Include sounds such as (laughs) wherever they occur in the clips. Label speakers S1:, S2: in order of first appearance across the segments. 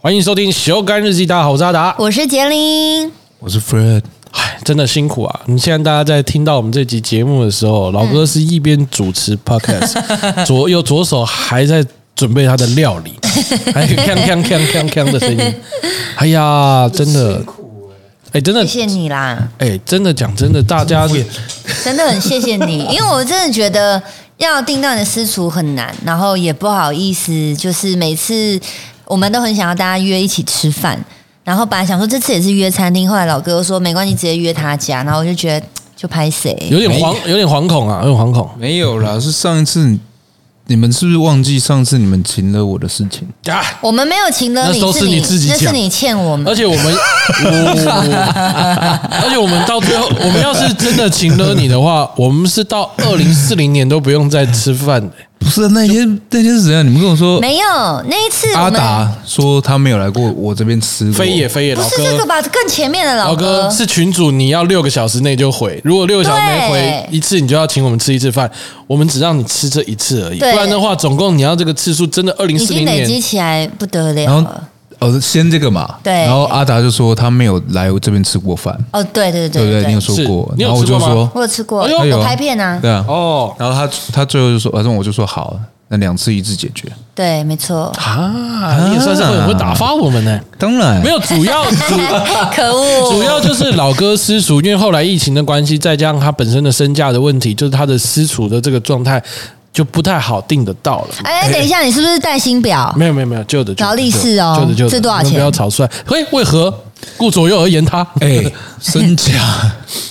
S1: 欢迎收听《修干日记》，大家好，我是阿达。
S2: 我是杰林，
S3: 我是 Fred，
S1: 唉，真的辛苦啊！你现在大家在听到我们这集节目的时候，老哥是一边主持
S3: (laughs)
S1: podcast，、左右左手还在准备他的料理， (laughs) 还有锵锵锵锵锵的声音。哎呀，真的，
S3: 欸
S1: 哎、真的
S2: 谢，谢你啦，
S1: 哎、真的讲真的，大家
S2: 真的很谢谢
S1: (laughs)
S2: 你，因为我真的觉得要订到你的私厨很难，然后也不好意思，就是每次我们都很想要大家约一起吃饭，然后本来想说这次也是约餐厅，后来老哥又说没关系，直接约他家，然后我就觉得就拍谁，
S1: 有
S3: 哎
S1: 点惶，有点惶恐啊，有点惶恐
S3: 没有啦，是上一次你你们是不是忘记上次你们擒了我的事情？
S1: 啊！
S2: 我们没有请了
S1: 那都
S2: 你，
S1: 是你自己
S2: 那是
S1: 讲呃
S2: 你欠我们
S1: 而，且我们， (laughs) 而且我们到最后，我们要是真的请了你的话，我们是到二零四零年都不用再吃饭的。
S3: 不是啊那天那天是怎样？你们跟我说
S2: 没有那一次我
S3: 阿
S2: 们
S3: 达说他没有来过我这边吃过，
S1: 飞也飞也，
S2: 不
S1: 老
S2: 是这个
S1: 哥，
S2: 吧，更前面的
S1: 老哥是群主，你要六个小时内就回，如果六个小时没回
S2: 对
S1: 一次，你就要请我们吃一次饭，我们只让你吃这一次而已，不
S2: 对
S1: 然的话，总共你要这个次数真的二零
S2: 已
S1: 四
S2: 经
S1: 零
S2: 累积
S1: 年。
S2: 起来不得了
S3: 然后
S2: 了，
S3: 哦先这个嘛，
S2: 对
S3: 然后阿达就说他没有来我这边吃过饭，
S2: 哦，对对
S3: 对
S2: 对
S3: 不对？你有
S2: 对，
S3: 说
S1: 是
S3: 过，
S1: 你有
S3: 然后我
S1: 吃
S3: 就
S1: 过吗
S3: 说
S2: 我有吃过，
S1: 哎呦
S3: 哎呦
S2: 我拍片啊，
S3: 对啊，
S1: 哦
S3: 然后他他最后就说，反正我就说好，那两次一次解决，
S2: 对，没错。
S1: 啊，你也算是会很会打发我们呢、
S3: 当然
S1: 没有，主
S2: (laughs)
S1: 要主
S2: 可恶！
S1: 主要就是老哥私厨，因为后来疫情的关系，再加上他本身的身价的问题，就是他的私厨的这个状态就不太好定得到了。
S2: 哎，等一下，你是不是带新表？
S1: 没有没有没有，旧的旧的
S2: 劳力士哦
S1: 旧的旧的，
S2: 这多少
S1: 你们不
S2: 钱
S1: 要草率。嘿，为何顾左右而言他？
S3: 哎， (laughs) 身价
S2: (laughs)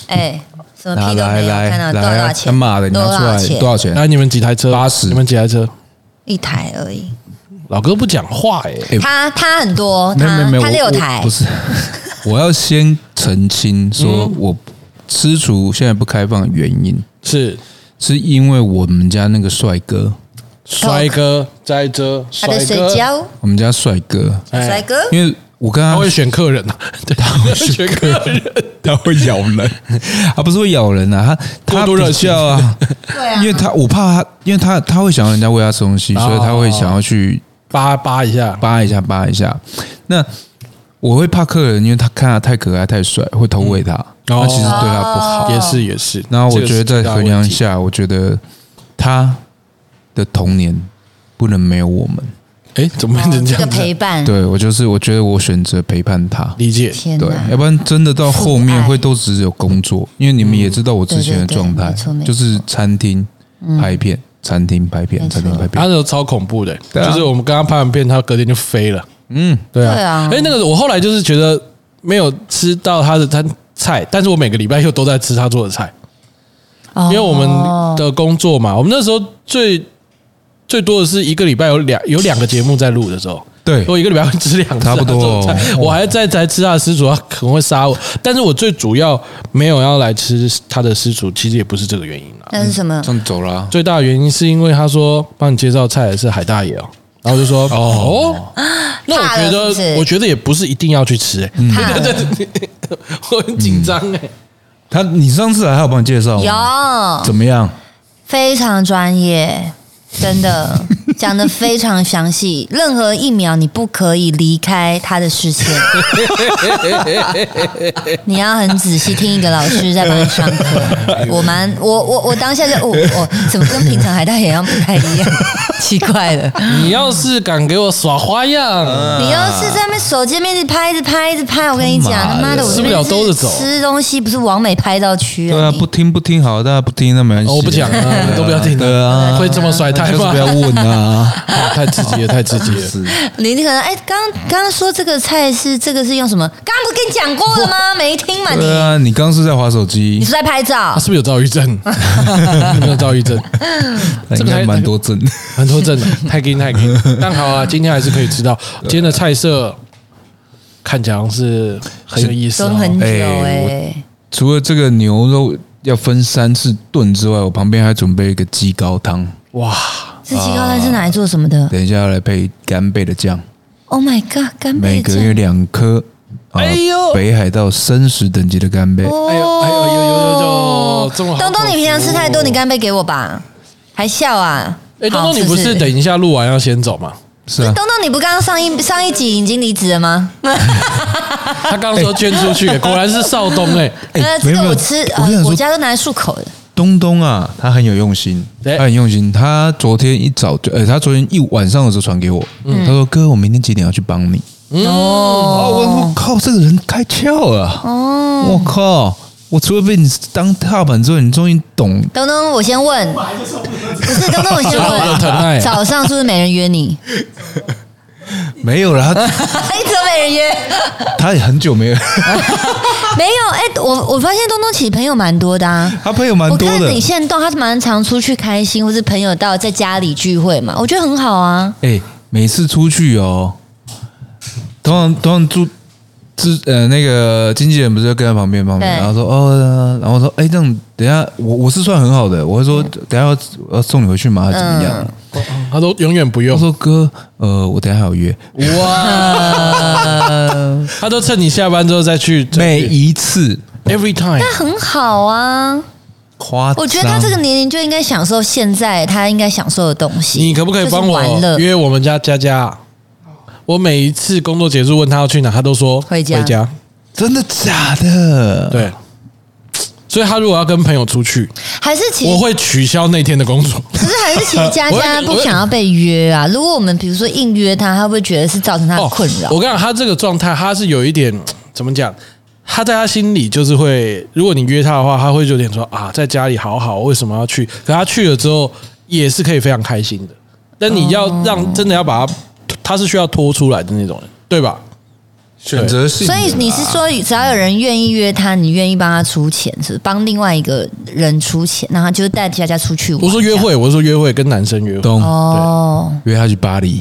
S2: 哎，什么屁
S3: 拿
S2: 都
S3: 来
S2: 没有，看
S3: 来
S2: 到多
S3: 来啊，
S2: 少
S3: 他
S2: 钱？
S3: 妈的，你拿
S2: 多
S3: 出
S2: 少
S3: 来
S2: 钱？
S3: 多少钱？
S1: 哎来，你们几台车？
S3: 80
S1: 你们几台车？
S2: 一台而已。
S1: 老哥不讲话哎、
S3: 哎
S2: 他他很多，
S3: 没有没有
S2: 他
S3: 没
S2: 他六
S3: 有，我我
S2: 台嗯
S3: 不，是， (laughs) 我要先澄清，说我吃厨现在不开放的原因，
S1: 是
S3: 是因为我们家那个帅哥，
S1: 帅哥在这，帅
S2: 他的水
S1: 哥，
S2: 饺，
S3: 我们家帅哥，
S1: 哎
S2: 帅哥，
S3: 因为我跟
S1: 他
S3: 他
S1: 会选客人啊，
S3: (laughs)
S1: 对，他会选客人，
S3: 他会咬 (laughs) 人，他不是会咬人啊，他他
S1: 过度热
S3: 比
S1: 情
S3: 较啊，
S2: (laughs) 对啊
S3: 因为他我怕他，因为他他会想要人家喂他吃东西，所以他会想要去
S1: 扒扒一下，
S3: 扒一下扒一下。那我会怕客人，因为他看他太可爱太帅，会投喂他，
S1: 哦
S3: 那其实对他不
S2: 哦
S3: 好。
S1: 也是也是。
S3: 然后我
S1: 这个
S3: 觉
S1: 是
S3: 得
S1: 最
S3: 在
S1: 大
S3: 衡
S1: 的
S3: 量
S1: 问题
S3: 下，我觉得他的童年不能没有我们。
S1: 哎，怎么变成这
S2: 哦这个
S1: 样子？
S2: 陪伴，
S3: 对我就是，我觉得我选择陪伴他。
S1: 理解，
S2: 天
S3: 对
S2: 哪，
S3: 要！不然真的到后
S2: 父
S3: 面
S2: 爱
S3: 会都只有工作，因为你们也知道我之前的
S1: 嗯
S2: 对对对
S3: 状态
S2: 没错没，错
S3: 就是餐厅拍片，餐厅拍片，餐厅拍
S1: 他
S3: 片。
S1: 那时候超恐怖的、
S3: 对啊
S1: 就是我们刚刚拍完片，他隔天就飞了。
S3: 嗯，
S1: 对啊，
S2: 对啊
S1: 哎、那个我后来就是觉得没有吃到他的餐菜，但是我每个礼拜又都在吃他做的菜，
S2: 哦
S1: 因为我们的工作嘛，我们那时候最最多的是一个礼拜有两有两个节目在录的时候。
S3: 对
S1: 我一个礼拜会吃两次
S3: 差不多
S1: 他做的菜
S3: 哦
S1: 我还在在吃他的私厨，他可能会杀我。但是我最主要没有要来吃他的私厨，其实也不是这个原因啊啦。
S2: 那是什么？
S3: 这样走啦。
S1: 最大的原因是因为他说帮你介绍菜的是海大爷哦，然后我就说哦，那我觉
S2: 怕了
S1: 得
S2: 是不是
S1: 我觉得也不是一定要去吃哎、欸，
S2: 怕了
S1: (laughs) 我很紧张哎，
S3: 他，你上次来还有帮你介绍吗？
S2: 有
S3: 怎么样？
S2: 非常专业，
S1: (laughs)
S2: 真的讲的非常详细，任何一秒你不可以离开他的视
S1: (laughs)
S2: 线。你要很仔细听一个老师在帮你上课。
S1: 哎
S2: 我蛮我我我当下就我我怎么跟平常海大爷一样不太一
S1: (laughs)
S2: 样？奇怪了，
S1: 你要是敢给我耍花样，
S3: 嗯
S2: 你要是在那边手机面一直拍一直拍一直拍，我跟你讲，
S3: 他妈
S2: 他
S3: 的
S2: 妈的，我
S1: 吃不了兜着走
S2: 吃东西不是往美拍到区
S3: 对啊，
S2: 啊，
S3: 不听不听好，大家不听那没关系。
S1: 哦我不讲
S3: 对啊
S1: 了，都不要听
S3: 对啊，
S1: 会这么甩
S3: 就
S1: 太
S3: 是
S1: 吗
S3: 不？要问啊。
S1: (laughs) 哦 (laughs) 太刺激了，太刺激
S3: (laughs)
S1: 了。
S2: 你你可能哎，刚刚刚说这个菜是这个是用什么？刚刚不跟你讲过了吗？没听嘛你？
S3: 对啊，你刚刚是在划手
S2: 你
S3: 机，
S2: 是在拍照
S1: 他？啊是不是有躁郁症？ (laughs) 有没有躁郁症？
S3: 那
S1: 这
S3: 应
S1: 个还
S3: 该蛮多症。
S1: 很多症的，啊太硬太硬。但好啊，今天还是可以吃到今天的菜色，看起来好像是很有意思、哦
S2: 蹲。很久哎、
S3: 啊哎 (laughs) 除了这个牛肉要分三次炖之外，我旁边还准备一个鸡高汤，
S1: 哇，
S2: 这鸡高蛋是拿来做什么的
S3: 等一下要来配干贝的酱，
S2: ？Oh my god，干
S3: 每
S2: 贝
S3: 个
S2: 酱！
S3: 月两颗。啊
S1: 哎呦
S3: 北海道生食等级的干贝，
S2: 哦
S1: 哎呦哎呦哎呦哎呦这么好
S2: 东东，你平常
S3: 哦
S2: 吃太
S1: 口
S2: 多，
S1: 福
S2: 你干贝给我吧，还笑啊？
S1: 哎，东
S2: 好
S1: 东，你不是？
S2: 是
S1: 等一下录完要先走吗？
S3: 是啊，
S2: 东东，你不刚刚上一上一集已经离职了吗？
S1: 他刚刚说捐出去，果然是少东哎、
S2: 呃，
S3: 哎没
S2: 这
S3: 有
S2: 个
S3: 没有
S2: 我吃，
S3: 我跟你
S2: 呃
S3: 说
S2: 我家都拿来漱口的。
S3: 东东啊，他很有用心，
S1: 对
S3: 他很用心。他昨天一早就，呃、他昨天一晚上的时候传给我，他说：“哥，我明天几点要去帮你？”哦，我我靠，这个人开窍了！
S2: 嗯
S3: 哦，我靠，我除了被你当踏板之后，你终于懂
S2: 东东，我先问，不是东东，我先
S3: (laughs)
S1: 我的疼爱
S2: 问，早上是不是没人约你？
S3: 没有
S2: (laughs)
S3: 了。他
S2: 一直都没人约，
S3: 他也很久没有，
S2: 没有。哎、我我发现东东其实朋友蛮多的啊。
S3: 他朋友蛮
S2: 我
S3: 多
S2: 看
S3: 的
S2: 你。现在动，他蛮常出去开心，或是朋友到在家里聚会嘛，我觉得很好啊。
S3: 哎、每次出去哦，通常通常住。之呃，那个经纪人不是跟在旁边旁边，
S2: 对
S3: 然后说哦，然后说哎，这样等一下我我是算很好的，我会
S2: 嗯
S3: 说等一下要要送你回去吗？还是怎么样？
S1: 他都永远不
S3: 他
S1: 用，
S3: 说哥，呃，我等一下还有约。
S1: 嗯
S3: 哇，
S1: 他都趁你下班之后再去
S3: 每一次
S1: every time
S2: 他很好啊，
S3: 夸张，
S2: 我觉得他这个年龄就应该享受现在他应该享受的东西。
S1: 你可不可以帮
S2: 就是玩
S1: 我
S2: 乐？
S1: 约我们家佳佳？我每一次工作结束问他要去哪，他都说
S2: 回家
S1: 回家。
S3: 真的假的？，
S1: 对，所以他如果要跟朋友出去，
S2: 还是其
S1: 我
S2: 实
S1: 会取消那天的工作。
S2: 可是还是其实佳
S1: (laughs) 我也
S2: 佳不想要被约啊。如果我们比如说硬约他，他会不会觉得是造成他的困扰？
S1: 哦我跟你讲，他这个状态，他是有一点怎么讲？他在他心里就是会，如果你约他的话，他会有点说啊，在家里好好，为什么要去？可他去了之后，也是可以非常开心的。但你要让真的要把他，他是需要拖出来的那种人，对吧？
S3: 选择性的
S2: 所
S3: 啦。
S2: 以你是说，只要有人愿意约他，你愿意帮他出钱，是不是帮另外一个人出钱，然后他就带佳佳出去玩？
S1: 我说约会，我说约会，跟男生约会。
S3: 东
S2: 哦，
S3: 约他去巴黎，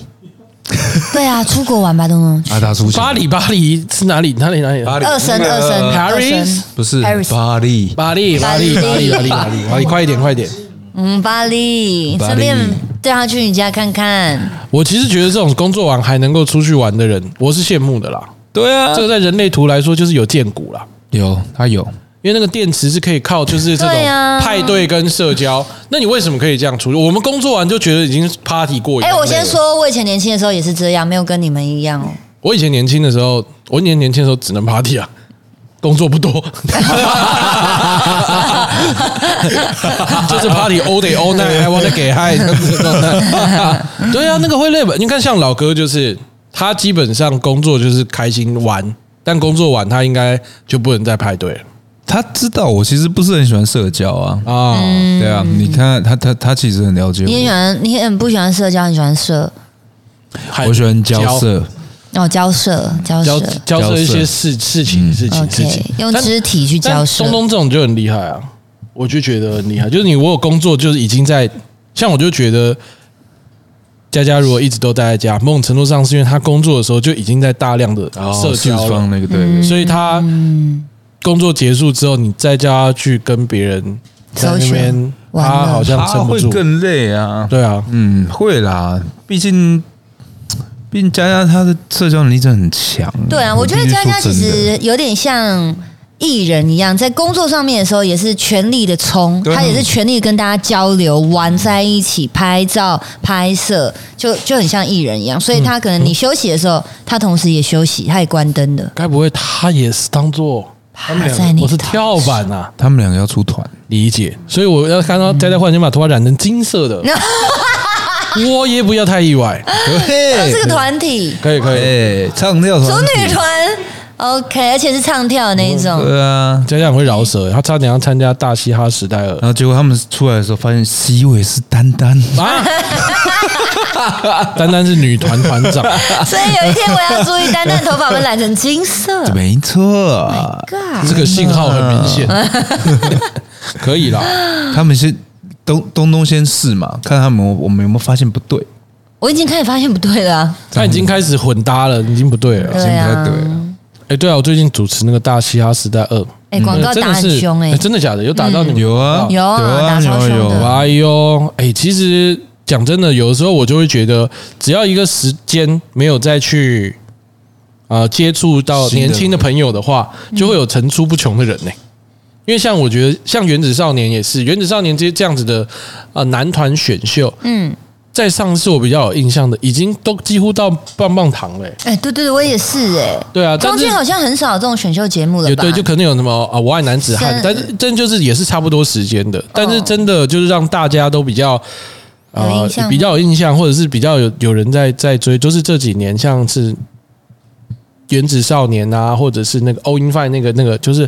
S2: 对啊，出国玩吧，东东。
S3: 阿达出钱
S1: 巴黎，巴黎是哪里？哪里？哪里？
S3: 巴黎
S2: 二生二生
S3: 呃
S2: 二
S1: 啊 Paris？
S2: 生，
S3: 不是
S2: Paris
S3: 巴黎，
S1: 巴黎，巴黎，巴黎，巴黎，巴黎，巴
S3: (laughs)
S1: 黎，快一点，快一点！
S2: 嗯，巴黎，
S3: 巴黎
S2: 顺便带他去你家看看。
S1: 我其实觉得这种工作完还能够出去玩的人，我是羡慕的啦。
S3: 对啊
S1: 这个在人类图来说就是有见骨啦，
S3: 有他有，
S1: 因为那个电池是可以靠就是这种
S2: 对啊
S1: 派对跟社交。那你为什么可以这样出去？我们工作完就觉得已经 party 过瘾。
S2: 哎，我先，说，我以前年轻的时候也是这样，没有跟你们一样哦。
S1: 我以前年轻的时候，我以前年轻的时候只能 party 啊，工作不
S2: (laughs)
S1: 多，就是 party all day all night，I wanna get high 这样子的状态。对啊，那个会累吧？你看像老哥就是他基本上工作就是开心玩，但工作完他应该就不能再派对了。
S3: 他知道我其实不是很喜欢社交啊，
S1: 啊、
S2: 嗯
S3: 对啊，你看他他他其实很了解
S2: 你很喜
S3: 我，
S2: 欢，你很不喜欢社交，很喜欢社
S1: 还
S3: 我喜欢交涉，
S2: 哦，交涉，交
S1: 交
S2: 涉。
S1: 交涉一些事事情事情事
S2: OK，
S1: 情，
S2: 用
S1: 但
S2: 肢体去
S1: 但
S2: 交涉
S1: 东。东这种就很厉害啊，我就觉得很厉害。就是你我有工作，就是已经在，像我就觉得。佳佳如果一直都待在家，某种程度上是因为她工作的时候就已经在大量的社
S3: 哦四
S1: 交了，
S3: 方那个对
S2: 嗯
S3: 对，
S1: 所以她工作结束之后，你再叫她去跟别人在那边，
S2: 玩
S1: 她
S2: 乐
S1: 好像撑不住。
S3: 更累啊，
S1: 对啊，
S3: 嗯，会啦，毕竟毕竟佳佳她的社交能力真的很强。
S2: 对啊，我觉得
S3: 嗯必须
S2: 佳佳
S3: 说
S2: 其
S3: 真的
S2: 实有点像艺人一样，在工作上面的时候也是全力的冲，
S3: 对啊
S2: 她也是全力地跟大家交流，玩在一起，拍照、拍摄，就就很像艺人一样。所以她可能你休息的时候，她同时也休息，她也关灯的。哦
S1: 该不会她也是当做他们
S2: 趴在
S1: 两
S2: 你
S1: 个，我是
S2: 头
S1: 跳板啊，
S3: 他们两个要出团，
S2: 啊
S1: 理解，所以我要看到佳佳忽然间把头发染成金色
S2: (laughs)
S1: 的，我也不要太意外。
S3: 对
S2: 这个团体，
S1: 可以可以，
S3: 哎，唱跳
S2: 熟
S3: 团
S2: 女
S3: 体，
S2: 团，OK，而且是唱跳的那一种。
S3: 对啊。
S1: 佳佳很会饶舌，她差点要参加大嘻哈时
S2: (laughs)
S1: 代
S3: 然
S1: 二
S3: 后结果他们出来的时候，发现 C 位是丹丹，
S1: 啊，单单是女团团长，
S2: (laughs) (laughs) 所以有一天我要注意丹丹头发会染成金
S3: (laughs)
S2: 色。
S3: 没错，
S2: Oh God
S1: 这个信号很明
S2: (laughs)
S1: 显，可以啦，
S3: 他们先东东东先试嘛，看他们我们有没有发现不对，
S2: 我已经开始发现不对了啊，
S1: 她已经开始混搭了，已经不对了。
S3: 已经不太对了。
S1: 哎，对啊，我最近主持那个大嘻哈时代二，
S2: 哎，广
S3: 嗯
S2: 告
S1: 真
S2: 打
S1: 的
S2: 很
S1: 是
S2: 凶哎，
S1: 真的假的？有打到你们
S3: 有啊，
S2: 有啊打
S3: 有
S2: 超
S3: 啊，
S2: 凶的
S3: 有啊，
S1: 哎呦，哎，其实讲真的，有的时候我就会觉得，只要一个时间没有再去呃接触到
S3: 新的
S1: 年轻的朋友的话，就会有层出不穷的人呢、因为像我觉得，像原子少年也是，原子少年这这样子的呃男团选秀，
S2: 嗯，
S1: 在上次我比较有印象的，已经都几乎到棒棒糖了、欸
S2: 哎，对对对，我也是哎、
S1: 对啊，但
S2: 中
S1: 是
S2: 间好像很少这种选秀节目了
S1: 也
S2: 吧？
S1: 对，就可能有什么啊，我爱男子汉
S2: 生，
S1: 但是真就是也是差不多时间的，但是真的就是让大家都比较。
S2: 哦有
S1: 呃
S2: 印象，吗
S1: 比较有印象，或者是比较有有人在在追，就是这几年像是《原子少年》啊，或者是那个《欧英范》那个那个，就是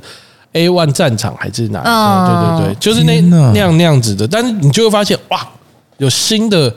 S1: A One 战场还是哪一个？
S2: 哦
S1: 对对对，就是那
S3: 天哪
S1: 那样那样子的。但是你就会发现，哇，有新的，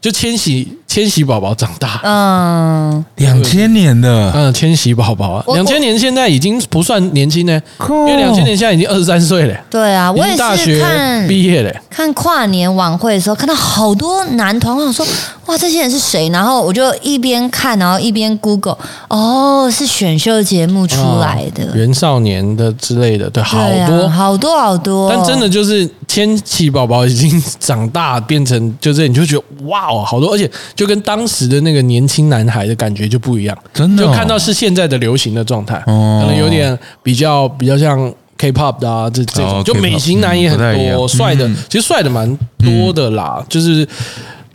S1: 就千禧千禧宝宝长大，
S2: 嗯，
S3: 两千年的，
S1: 嗯，千禧宝宝啊，
S2: 我我
S1: 两千年现在已经不算年轻呢，因为两千年现在已经二十三岁了，
S2: 对啊，
S1: 已
S2: 我也
S1: 经大
S2: 是
S1: 学
S2: 看
S1: 毕业了。
S2: 看跨年晚会的时候，看到好多男团，我想说，哇，这些人是谁？然后我就一边看，然后一边 Google，哦，是选秀节目出来的，
S1: 啊原少年的之类的，对，好
S2: 对啊
S1: 多。
S2: 好多好多，
S1: 但真的就是千禧宝宝已经长大，变成就是你就觉得哇哦，好多，而且就跟当时的那个年轻男孩的感觉就不一样，
S3: 真的哦
S1: 就看到是现在的流行的状态，
S3: 哦
S1: 可能有点比较比较像 K-pop 的啊，这这种、
S3: 哦
S1: 就
S3: K-pop，
S1: 美型男也很
S3: 嗯不太一
S1: 多，
S3: 样
S1: 帅的、
S3: 嗯
S1: 其实帅的蛮多的啦，就是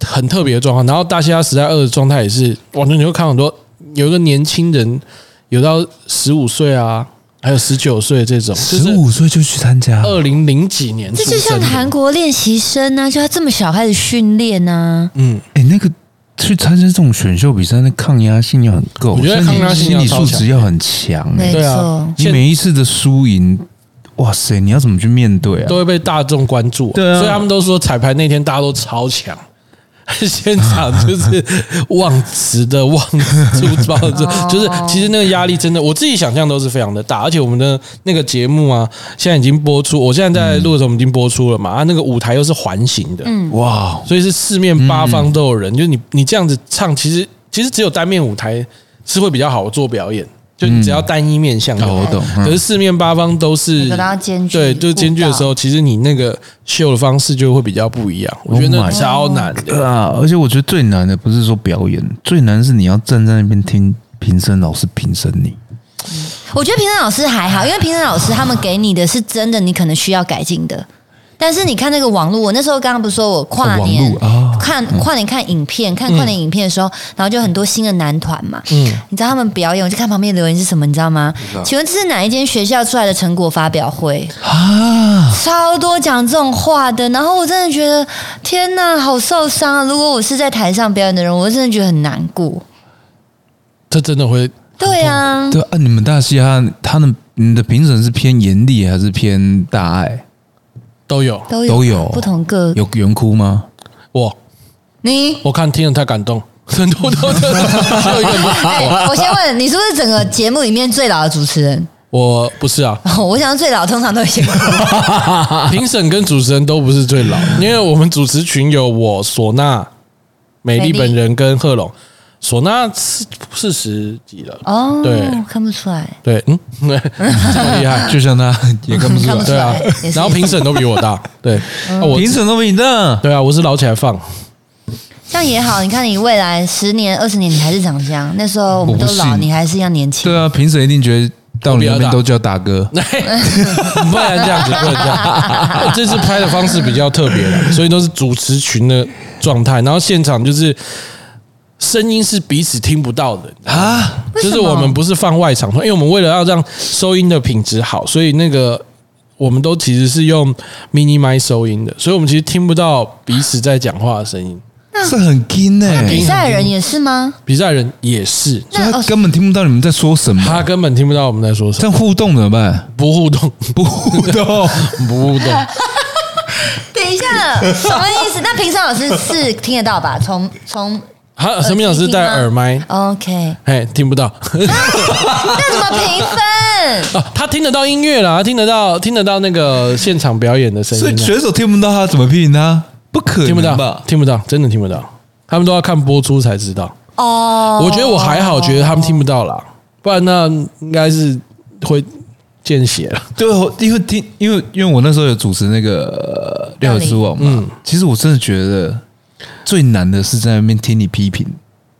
S1: 很特别的状况。然后大西亚时代二的状态也是，完全你会看很多有一个年轻人有到十五岁啊，还有十九岁这种，就
S3: 十
S1: 是。
S3: 五岁就去参加，
S1: 二零零几年
S2: 这
S1: 出
S2: 就
S1: 生
S2: 像
S1: 的，
S2: 韩国练习生啊，就他这么小开始训练啊，
S1: 嗯，
S3: 哎，那个去参加这种选秀比赛，那抗压性要很够，
S1: 我觉得
S3: 身
S1: 抗
S3: 体
S1: 压性
S3: 心理
S1: 要超
S3: 素
S1: 强
S3: 质要很强。哎
S2: 没
S1: 对
S2: 错
S1: 啊，
S3: 你
S1: 现
S3: 每一次的输赢，哇塞，你要怎么去面对啊？
S1: 都会被大众关注、
S3: 对啊
S1: 所以他们都说彩排那天大家都超强。 (laughs) 现场就是忘词的忘出包子，
S2: 哦
S1: 就是其实那个压力真的，我自己想象都是非常的大。而且我们的那个节目啊，现在已经播出，我现在在录的时候我们已经播出了嘛，啊，那个舞台又是环形的，
S3: 哇，
S1: 所以是四面八方都有
S3: 嗯
S1: 人。就是你你这样子唱，其实其实只有单面舞台是会比较好做表演，就你只要单一面向就好。
S3: 嗯哦我懂嗯
S1: 可是四面八方都是
S2: 每个都要兼具
S1: 对，就是兼具的时候，其实你那个秀的方式就会比较不一样。我觉得
S3: Oh
S1: 那
S3: my
S1: 超难的。
S3: 啊！而且我觉得最难的不是说表演，最难是你要站在那边听评审老师评审你。
S2: 我觉得评审老师还好，因为评审老师他们给你的是真的，你可能需要改进的。但是你看那个网络，我那时候刚刚不是说我跨年、
S3: 哦网络啊
S2: 看跨年看影片，看跨年影片的时候，然后就很多新的男团嘛，
S1: 嗯
S2: 你知道他们表演，我就看旁边留言是什么，你知道吗？请问这是哪一间学校出来的成果发表会？
S3: 啊，
S2: 超多讲这种话的，然后我真的觉得天哪，好受伤啊！如果我是在台上表演的人，我真的觉得很难过。
S1: 这真的会
S2: 对啊，
S1: 嗯
S3: 对啊，你们大嘻哈他的你的评审是偏严厉还是偏大爱？
S1: 都有
S2: 都有
S3: 都有
S2: 不同
S1: 嗯
S2: 个
S3: 有有人
S1: (coughs)
S3: 哭吗？
S1: 我，
S2: 你
S1: 我看听了太感动，很多都 (laughs) 就有
S2: 哎我先问你，是不是整个节目里面最老的主持人？
S1: (laughs)
S2: (laughs)
S1: 我不是啊，
S2: 哦我想最老通常都先哭。
S1: 评审跟主持人都不是最老，因为我们主持群有我、唢呐、美丽本人跟贺龙。唢呐四四十几了，
S2: (laughs) 哦，
S1: 对
S2: 看不出来，
S1: 对，嗯，这么厉
S2: (laughs)
S1: 害，
S3: 啊就像他也看不出
S2: 看不
S3: 来，
S2: 出
S1: 对啊
S2: 来。也是嗯
S1: 然后评审都比我大，对，啊我
S3: 评审都比你大。
S1: 对啊，我是捞起来放，
S2: 这样也好。你看你未来十年、二十年，你还是长这样。那时候我们都
S3: 我不
S2: 老，
S3: 信
S2: 你还是一样年轻。
S3: 对啊，评审一定觉得到你那边都叫大哥。
S1: 不能这样子，不能这样。我这次拍的方式比较特别了，所以都是主持群的状态，然后现场就是声音是彼此听不到的啊，
S2: 为
S1: 就
S2: 什么
S1: 是我们不是放外场，因为我们为了要让收音的品质好，所以那个。我们都其实是用 mini mic 收音的，所以我们其实听不到彼此在讲话的声音。
S3: 是很金哎、
S2: 比赛人也是吗？
S1: 比赛人也是，
S3: 所以
S2: 那
S3: 他
S2: 哦
S3: 根本听不到你们在说什么。
S1: 他根本听不到我们在说什
S3: 这
S1: 么，
S3: 样互动怎么
S1: (laughs)
S3: 办？
S1: 不互动，
S3: 不互动，
S1: 不互动。
S2: 等一下，什么意思？那评审老师是听得到吧？从从
S1: 他神秘老师戴耳麦，
S2: OK，
S1: 哎，听不到。 (laughs)
S2: 那怎么评分？
S1: 啊，他听得到音乐啦，他听得到听得到那个现场表演的声
S3: 所
S1: 音
S3: 以
S1: 啦，
S3: 选手听不到他怎么拼他？不可
S1: 听不
S3: 能
S1: 到
S3: 吧，？
S1: 听不到，真的听不到。他们都要看播出才知道。
S2: 哦，
S1: 我觉得我还好，觉得他们听不到啦，不然那应该是会见血了。
S3: 对，我因为听，因为因为我那时候有主持那个呃料理之王嘛，
S1: 嗯
S3: 其实我真的觉得最难的是在那边听你批评。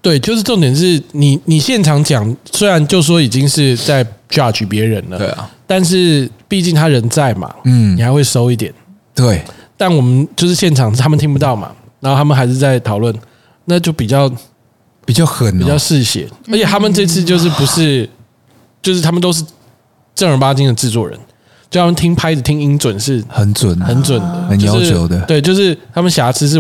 S1: 对，就是重点是你你现场讲，虽然就说已经是在 judge 别人了，
S3: 对啊，
S1: 但是毕竟他人在嘛，嗯，
S3: 嗯
S1: 你还会收一点。
S3: 对，
S1: 但我们就是现场他们听不到嘛，然后他们还是在讨论，那就比较
S3: 比较狠、
S1: 比较
S3: 哦，
S1: 嗜血，而且他们这次就是不是，就是他们都是正儿八经的制作人，就他们听拍子、听音准是
S3: 很准，
S1: 很准的，
S2: 啊
S3: 很
S1: 就是
S3: 要求的
S1: 对，就是他们瑕疵是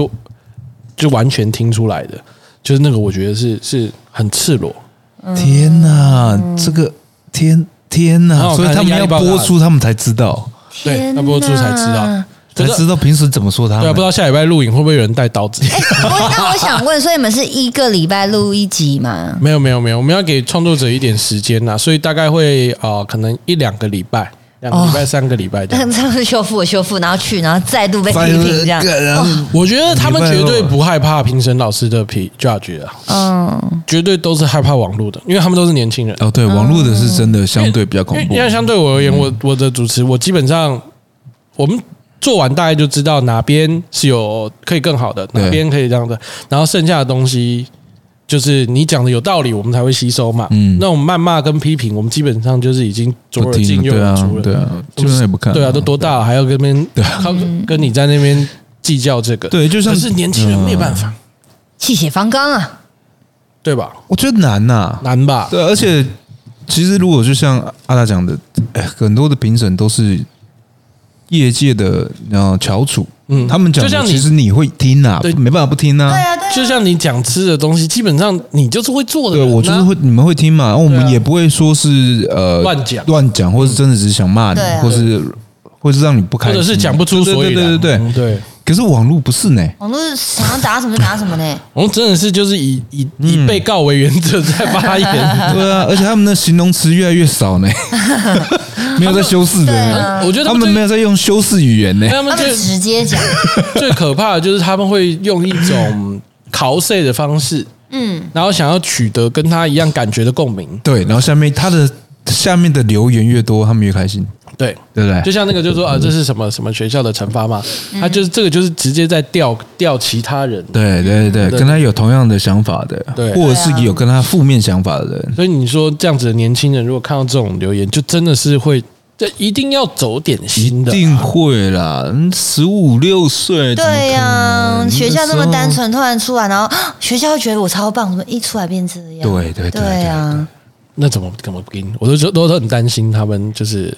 S1: 就完全听出来的，就是那个我觉得是是很赤裸，
S3: 天哪，这个天天
S1: 很
S3: 哪，
S1: 好看
S3: 所以他们要播出，他们才知道，
S1: 对，
S2: 天
S1: 那播出才知道
S2: 哪，
S1: 可
S3: 才
S1: 是
S3: 知道平时怎么说他
S1: 对啊，
S3: 们
S1: 不知。道下礼拜录影会不会有人带刀子？
S2: 我那我想问，所以你们是一个礼拜录一集吗？
S1: (laughs) 没有没有没有，我们要给创作者一点时间呐，所以大概会啊、呃可能一两个礼拜、两个礼拜、三个礼
S2: (laughs)
S1: 拜这样。
S2: 让他们修复我修复，然后去，然后再度被批评这样。
S3: 然后
S1: 我觉得他们绝对
S3: 哦
S1: 不害怕评审老师的批 judge 啊，
S2: 嗯，
S1: 绝对都是害怕网络的，因为他们都是年轻人。
S3: 哦，对，网络的是真的相对比较
S1: 因为
S3: 恐怖
S1: 因，为相对我而言，我我的主持，我基本上我们做完大概就知道哪边是有可以更好的，
S3: 对
S1: 哪边可以这样的，然后剩下的东西就是你讲的有道理，我们才会吸收嘛。
S3: 嗯
S1: 那种谩骂跟批评，我们基本上就是已经左耳进右
S3: 对
S1: 耳
S3: 啊
S1: 出，了，
S3: 对啊，基本上也不看，
S1: 对啊，都多大了，还要跟边
S3: 对啊
S1: 靠跟你在那边计较这个？
S3: 对，就像嗯
S1: 可是年轻人没办法，
S2: 气血方刚啊，
S1: 对吧？
S3: 我觉得难啊呐、
S1: 难吧？
S3: 对，而且其实如果就像阿达讲的，哎，很多的评审都是业界的呃翘楚，
S1: 嗯
S3: 他们讲
S1: 就像
S3: 的，
S1: 你
S3: 其实你会听啊，
S1: 对
S3: 没办法不听啊。
S2: 啊，对
S1: 就像你讲吃的东西，基本上你就是会做的
S3: 对，
S1: 人啊、
S3: 我就是会，你们会听嘛？然后我
S1: 对
S3: 们
S1: 啊
S3: 也不会说是呃
S1: 乱讲
S3: 乱讲，或是真的只是想骂你
S2: 对，啊
S3: 或是或是让你不开
S1: 或
S3: 心，
S1: 者是讲不出所以
S3: 对
S1: 然。
S3: 对对对
S1: 嗯
S3: 对。
S1: 对，
S3: 可是网络不是呢，
S2: 网络想要打什么打什么
S3: (laughs)
S2: 呢？
S1: 我们真的是就是以以以被告为原则在发 (laughs)
S2: 嗯
S1: 言。
S2: (laughs)
S3: 对啊，而且他们的形容词越来越少呢，没有在修饰的
S2: 对
S3: 呢
S2: 啊，
S1: 我觉得
S3: 他
S1: 们
S3: 们
S1: 最
S3: 没有在用修饰语言呢。
S1: 他们
S2: 他们
S1: 最
S2: 直接
S3: (laughs)
S2: 讲，
S1: 最可怕的就是他们会用一种考试的方式，
S2: 嗯，
S1: 然后想要取得跟他一样感觉的共鸣。
S3: 对，然后下面他的下面的留言越多，他们越开心，
S1: 对，
S3: 对不对？
S1: 就像那个就说啊，这是什么什么学校的惩罚嘛？
S2: 嗯
S1: 他就是这个就是直接在吊吊其他人。
S3: 对对对
S1: 对
S3: 对，跟他有同样的想法的，
S1: 对啊
S3: 或者是有跟他负面想法的人，
S1: 所以你说这样子的年轻人，如果看到这种留言，就真的是会，这一定要走点心
S3: 一
S1: 的。
S3: 定会啦。十五六岁，怎么
S2: 对呀、
S3: 可能
S2: 学校那么单，
S3: 时候
S2: 纯，突然出来，然后啊学校觉得我超棒，怎么一出来变这样？
S3: 对对
S2: 对
S3: 对
S2: 啊呀、
S1: 那怎么怎么跟？我都觉得都都很担心他们，就是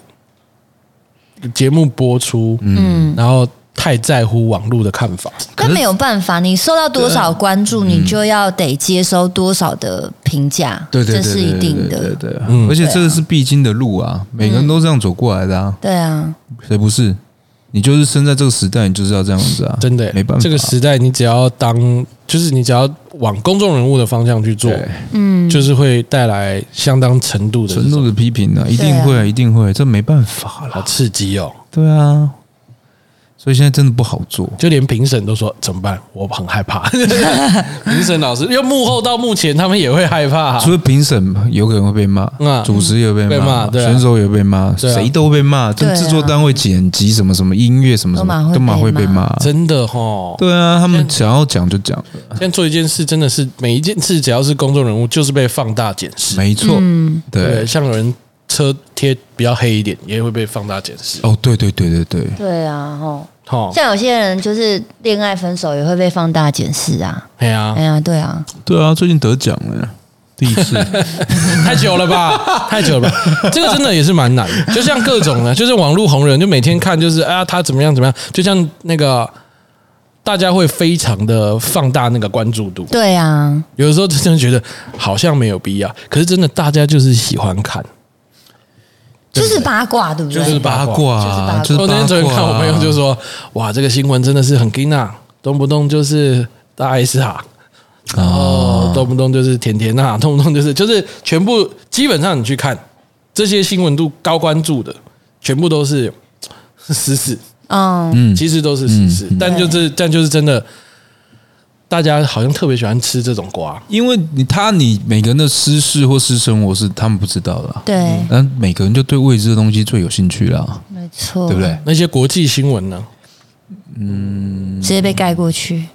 S1: 节目播出，嗯，然后太在乎网络的看法。
S2: 但没有办法，你受到多少关
S3: 啊
S2: 注，你就要得接收多少的评价，
S3: 对对对，
S2: 这是一定
S3: 对对
S2: 的。
S3: 对对
S1: 嗯
S3: 而且这个是必经的路啊，每个人都这样走过来的啊，
S2: 对啊，
S3: 谁不是？你就是生在这个时代，你就是要这样子啊，
S1: 真的、
S3: 没办法，
S1: 这个时代，你只要当，就是你只要往公众人物的方向去做，
S3: 对
S2: 嗯，
S1: 就是会带来相当程度的这
S3: 程
S1: 种
S3: 度的批评呢，一
S2: 对
S3: 定
S2: 啊
S3: 会啊，一定会，这没办法啦
S1: 好。刺激哦！
S3: 对啊，所以现在真的不好做。
S1: 就连评审都说怎么办？我很害
S3: (laughs)
S1: 怕。评审老师，因为幕后到幕前，他们也会害
S3: (laughs)
S1: 怕、
S3: 除了评审有可能会被骂
S1: 嗯啊，
S3: 主持也会啊被
S1: 被骂
S3: 骂，
S1: 对啊
S3: 选手也会被骂，
S1: 对啊
S3: 谁都被骂。
S2: 对啊
S3: 这制作单位剪辑什么什么音乐什么什么，
S2: 都
S3: 都
S2: 蛮
S3: 蛮
S2: 会
S3: 会
S2: 被
S3: 被
S2: 骂
S3: 骂。
S1: 真的吼，
S3: 对啊，他们想要讲就讲，
S1: 现在做一件事真的是每一件事，只要是公众人物，就是被放大检视。
S3: 没错。
S1: 对，
S3: 对，
S1: 像有人车贴比较黑一点，也会被放大检视。
S3: 哦，对对对对对，
S2: 对啊，吼，
S3: 哦
S1: 吼，
S2: 像有些人就是恋爱分手也会被放大检视啊。
S1: 哎呀
S3: 哦
S2: 哎，呀，对啊，
S3: 对啊，最近得奖了，第一次。 (laughs)
S1: 太久了
S2: (laughs)
S1: 吧，太久了吧，这个真的也是蛮难的。就像各种的，就是网络红人，就每天看，就是啊，他怎么样怎么样，就像那个。大家会非常的放大那个关注度，
S2: 对啊，
S1: 有的时候真的觉得好像没有必要，可是真的大家就是喜欢看。
S2: 就是八卦，对不
S1: 就是
S2: 对？
S1: 八
S3: 八
S1: 卦
S3: 卦
S2: 啊
S3: 啊，
S2: 就
S3: 就是是
S1: 我那天昨天看我朋友就说：“哇，这个新闻真的是很劲啊，动不动就是大 S 啊，哦，动不动就是甜甜啊， (laughs) 动不动就是就是全部基本上你去看这些新闻度高关注的，全部都是是私事，
S2: 嗯，
S3: 嗯，
S1: 其实都是私事，
S3: 嗯嗯
S1: 但就是但就是真的，大家好像特别喜欢吃这种瓜，
S3: 因为你他你每个人的私事或私生活是他们不知道的啊，
S2: 对，
S3: 但每个人就对未知的东西最有兴趣啦，
S2: 没错，
S3: 嗯对不？对？
S1: 那些国际新闻呢？
S2: 直接被盖过去。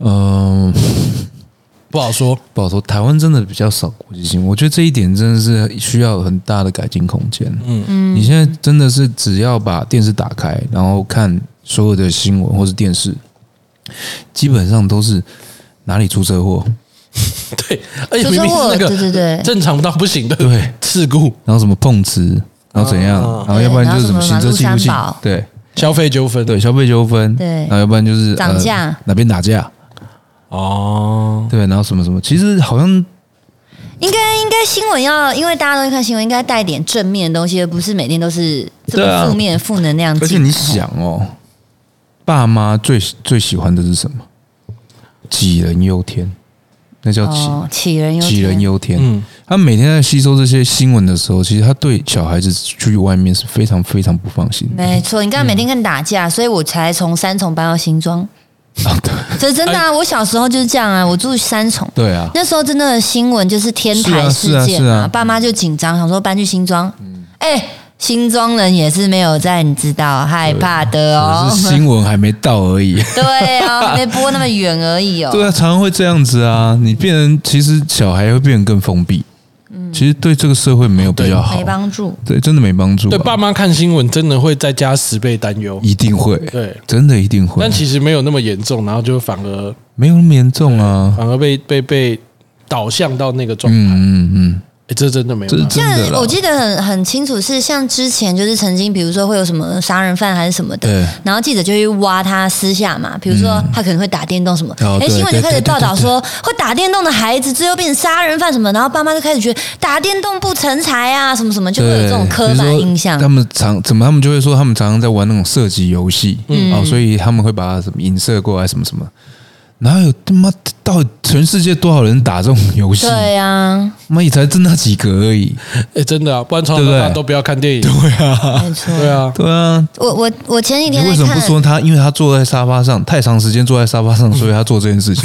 S3: 嗯，
S1: 不好
S3: (laughs)
S1: 说，
S3: 不好说，台湾真的比较少国际新闻，我觉得这一点真的是需要有很大的改进空间。
S1: 嗯
S3: 嗯，你现在真的是只要把电视打开，然后看所有的新闻或是电视，基本上都是哪里出车祸，
S1: 对，而且
S2: 出
S1: 明
S2: 车
S1: 明是
S2: 祸，
S1: 那个
S2: 对对对，
S1: 正常到不行的
S3: 对
S1: 事故、
S3: 然后什么碰瓷，然后怎样，然后要不然就是什么行车记录
S2: 对然后
S3: 器
S2: 什么马路三宝，
S3: 对
S1: 消费纠纷，啊
S3: 对，消费纠纷，
S2: 对
S3: 然后要不然就是
S2: 涨价
S3: 呃、哪边打架，
S1: 哦，
S3: 对，然后什么什么，其实好像
S2: 应该应该新闻要，因为大家都会看新闻，应该带点正面的东西，而不是每天都是这
S3: 对啊
S2: 么负面、负能量。
S3: 而且你，想哦，爸妈最最喜欢的是什么？杞人忧天，那叫杞、
S2: 哦，杞人忧天，
S3: 杞人忧天。
S1: 嗯
S3: 他每天在吸收这些新闻的时候，其实他对小孩子去外面是非常非常不放心的。
S2: 没错，你刚才每天跟你打架，所以我才从三重搬到新庄。
S3: 啊 (laughs) 对
S2: 这是真的啊！我小时候就是这样啊，我住三重，
S3: 对啊，
S2: 那时候真的新闻就是天台事
S3: 是啊
S2: 件
S3: 是啊嗯是啊
S2: 爸妈就紧张，想说搬去新庄。哎、新庄人也是没有在，你知道害怕的哦
S3: 只。是新闻还没到而已。 (laughs)
S2: (laughs) 对啊，没播那么远而已哦。
S3: 对啊，常常会这样子啊，你变成其实小孩会变得更封闭，其实嗯对这个社会没有比较好
S2: 没，帮助。
S3: 对，真的没帮助啊、
S1: 对，爸妈看新闻真的会再加十倍担忧，
S3: 一定会，
S1: 对，
S3: 真的一定会
S1: 但，其实没有那么严重，然后就反而
S3: 没有那么严重啊。
S1: 反而被被被导向到那个状态，
S3: 嗯嗯嗯，
S1: 诶这真的没有
S3: 这是
S1: 办法。
S3: 真的
S2: 但
S3: 啦
S2: 我。记得很很清楚是，像之前就是曾经，比如说会有什么杀人犯还是什么的，
S3: 对，嗯
S2: 然后记者就去挖他私下嘛，比如说他可能会打电动什么，
S3: 哦
S2: 哎、
S3: 对
S2: 新闻
S3: 对
S2: 就开
S3: 对
S2: 始
S3: 对
S2: 报道
S3: 对对
S2: 说会打电动的孩子最后变成杀人犯什么，然后爸妈就开始觉得打电动不成才啊，什么什么，就会有这种刻
S3: 比如
S2: 板
S3: 说
S2: 印象
S3: 他。们常怎么，他们就会说他们常常在玩那种射击游戏，
S1: 嗯
S3: 哦，所以他们会把什么影射过来，什么什么。哪有他妈到底全世界多少人打这种游戏？
S2: 对啊，
S3: 妈也才真那几个而已。
S1: 哎，真的啊，不然从小到
S3: 对不
S1: 大
S3: 对
S1: 都不要看电影。
S2: 没错。
S1: 对啊，
S3: 对啊，
S2: 我我我前几
S3: 你
S2: 天
S3: 为
S2: 在
S3: 什么
S2: 看
S3: 不，说他？因为他坐在沙发上太长时间坐在沙
S2: (laughs)
S3: 发上，所以他做这件事情。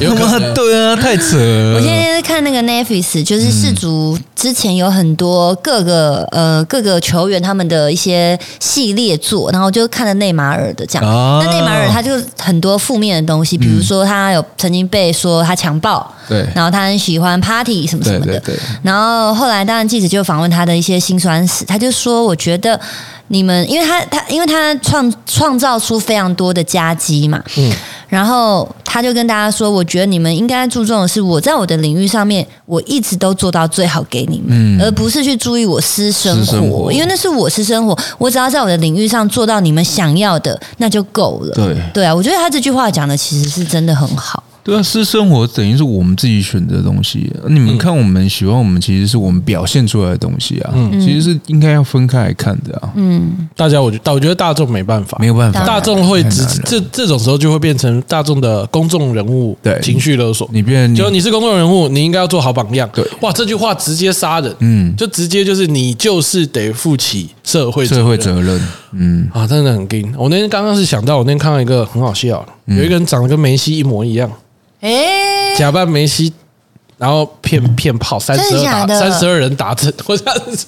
S1: 有
S3: 他
S1: 可
S3: 妈
S1: 能
S3: 对啊，太扯
S2: 我
S3: 了
S2: 前。天在看那个 Netflix，就是世足
S3: 嗯
S2: 之前有很多各个呃各个球员他们的一些系列作，然后我就看了内马尔的这样。
S3: 啊嗯
S2: 那内马尔他就很多负面的东西，比如说他有曾经被说他强暴， (laughs)
S3: 对
S2: 然后他很喜欢 party 什么什
S3: 对
S2: 么
S3: 对
S2: 的。
S3: 对，
S2: 然后后来，当然记者就访问他的一些辛酸史，他就说：“我觉得你们，因为他他因为他创创造出非常多的佳绩嘛，
S1: 嗯
S2: 然后他就跟大家说，我觉得你们应该注重的是我在我的领域上面，我一直都做到最好给你们，而不是去注意我私生活，
S3: 私生活
S2: 因为那是我私生活，我只要在我的领域上做到你们想要的，那就够了。
S3: 对
S2: 啊，我觉得他这句话讲的其实是真的很好。
S3: 对啊，私生活等于是我们自己选择的东西。你们看，我们喜欢我们，其实是我们表现出来的东西啊，
S1: 嗯
S3: 其实是应该要分开来看的啊，
S1: 大家我觉得我觉得大众没办法
S3: 没，有办
S2: 当
S1: 嗯
S2: 然
S3: 法
S1: 大。众会只
S3: 太难了
S1: 这这种时候就会变成大众的公众人物，
S3: 对
S1: 情绪勒索。
S3: 你变
S1: 就你是公众人物，你应该要做好榜样。
S3: 对
S1: 哇，这句话直接杀人，
S3: 嗯，
S1: 就直接就是你就是得负起社会
S3: 社会
S1: 责任
S3: 责任，嗯，
S1: 啊，真的很硬。我那天刚刚是想到，我那天看到一个很好笑的，有一个人长得跟梅西一模一样，
S2: 诶，
S1: 假扮梅西，然后骗骗炮三十
S2: 真的
S1: 二
S2: 假
S1: 打
S2: 的
S1: 三十二人打针，我想是，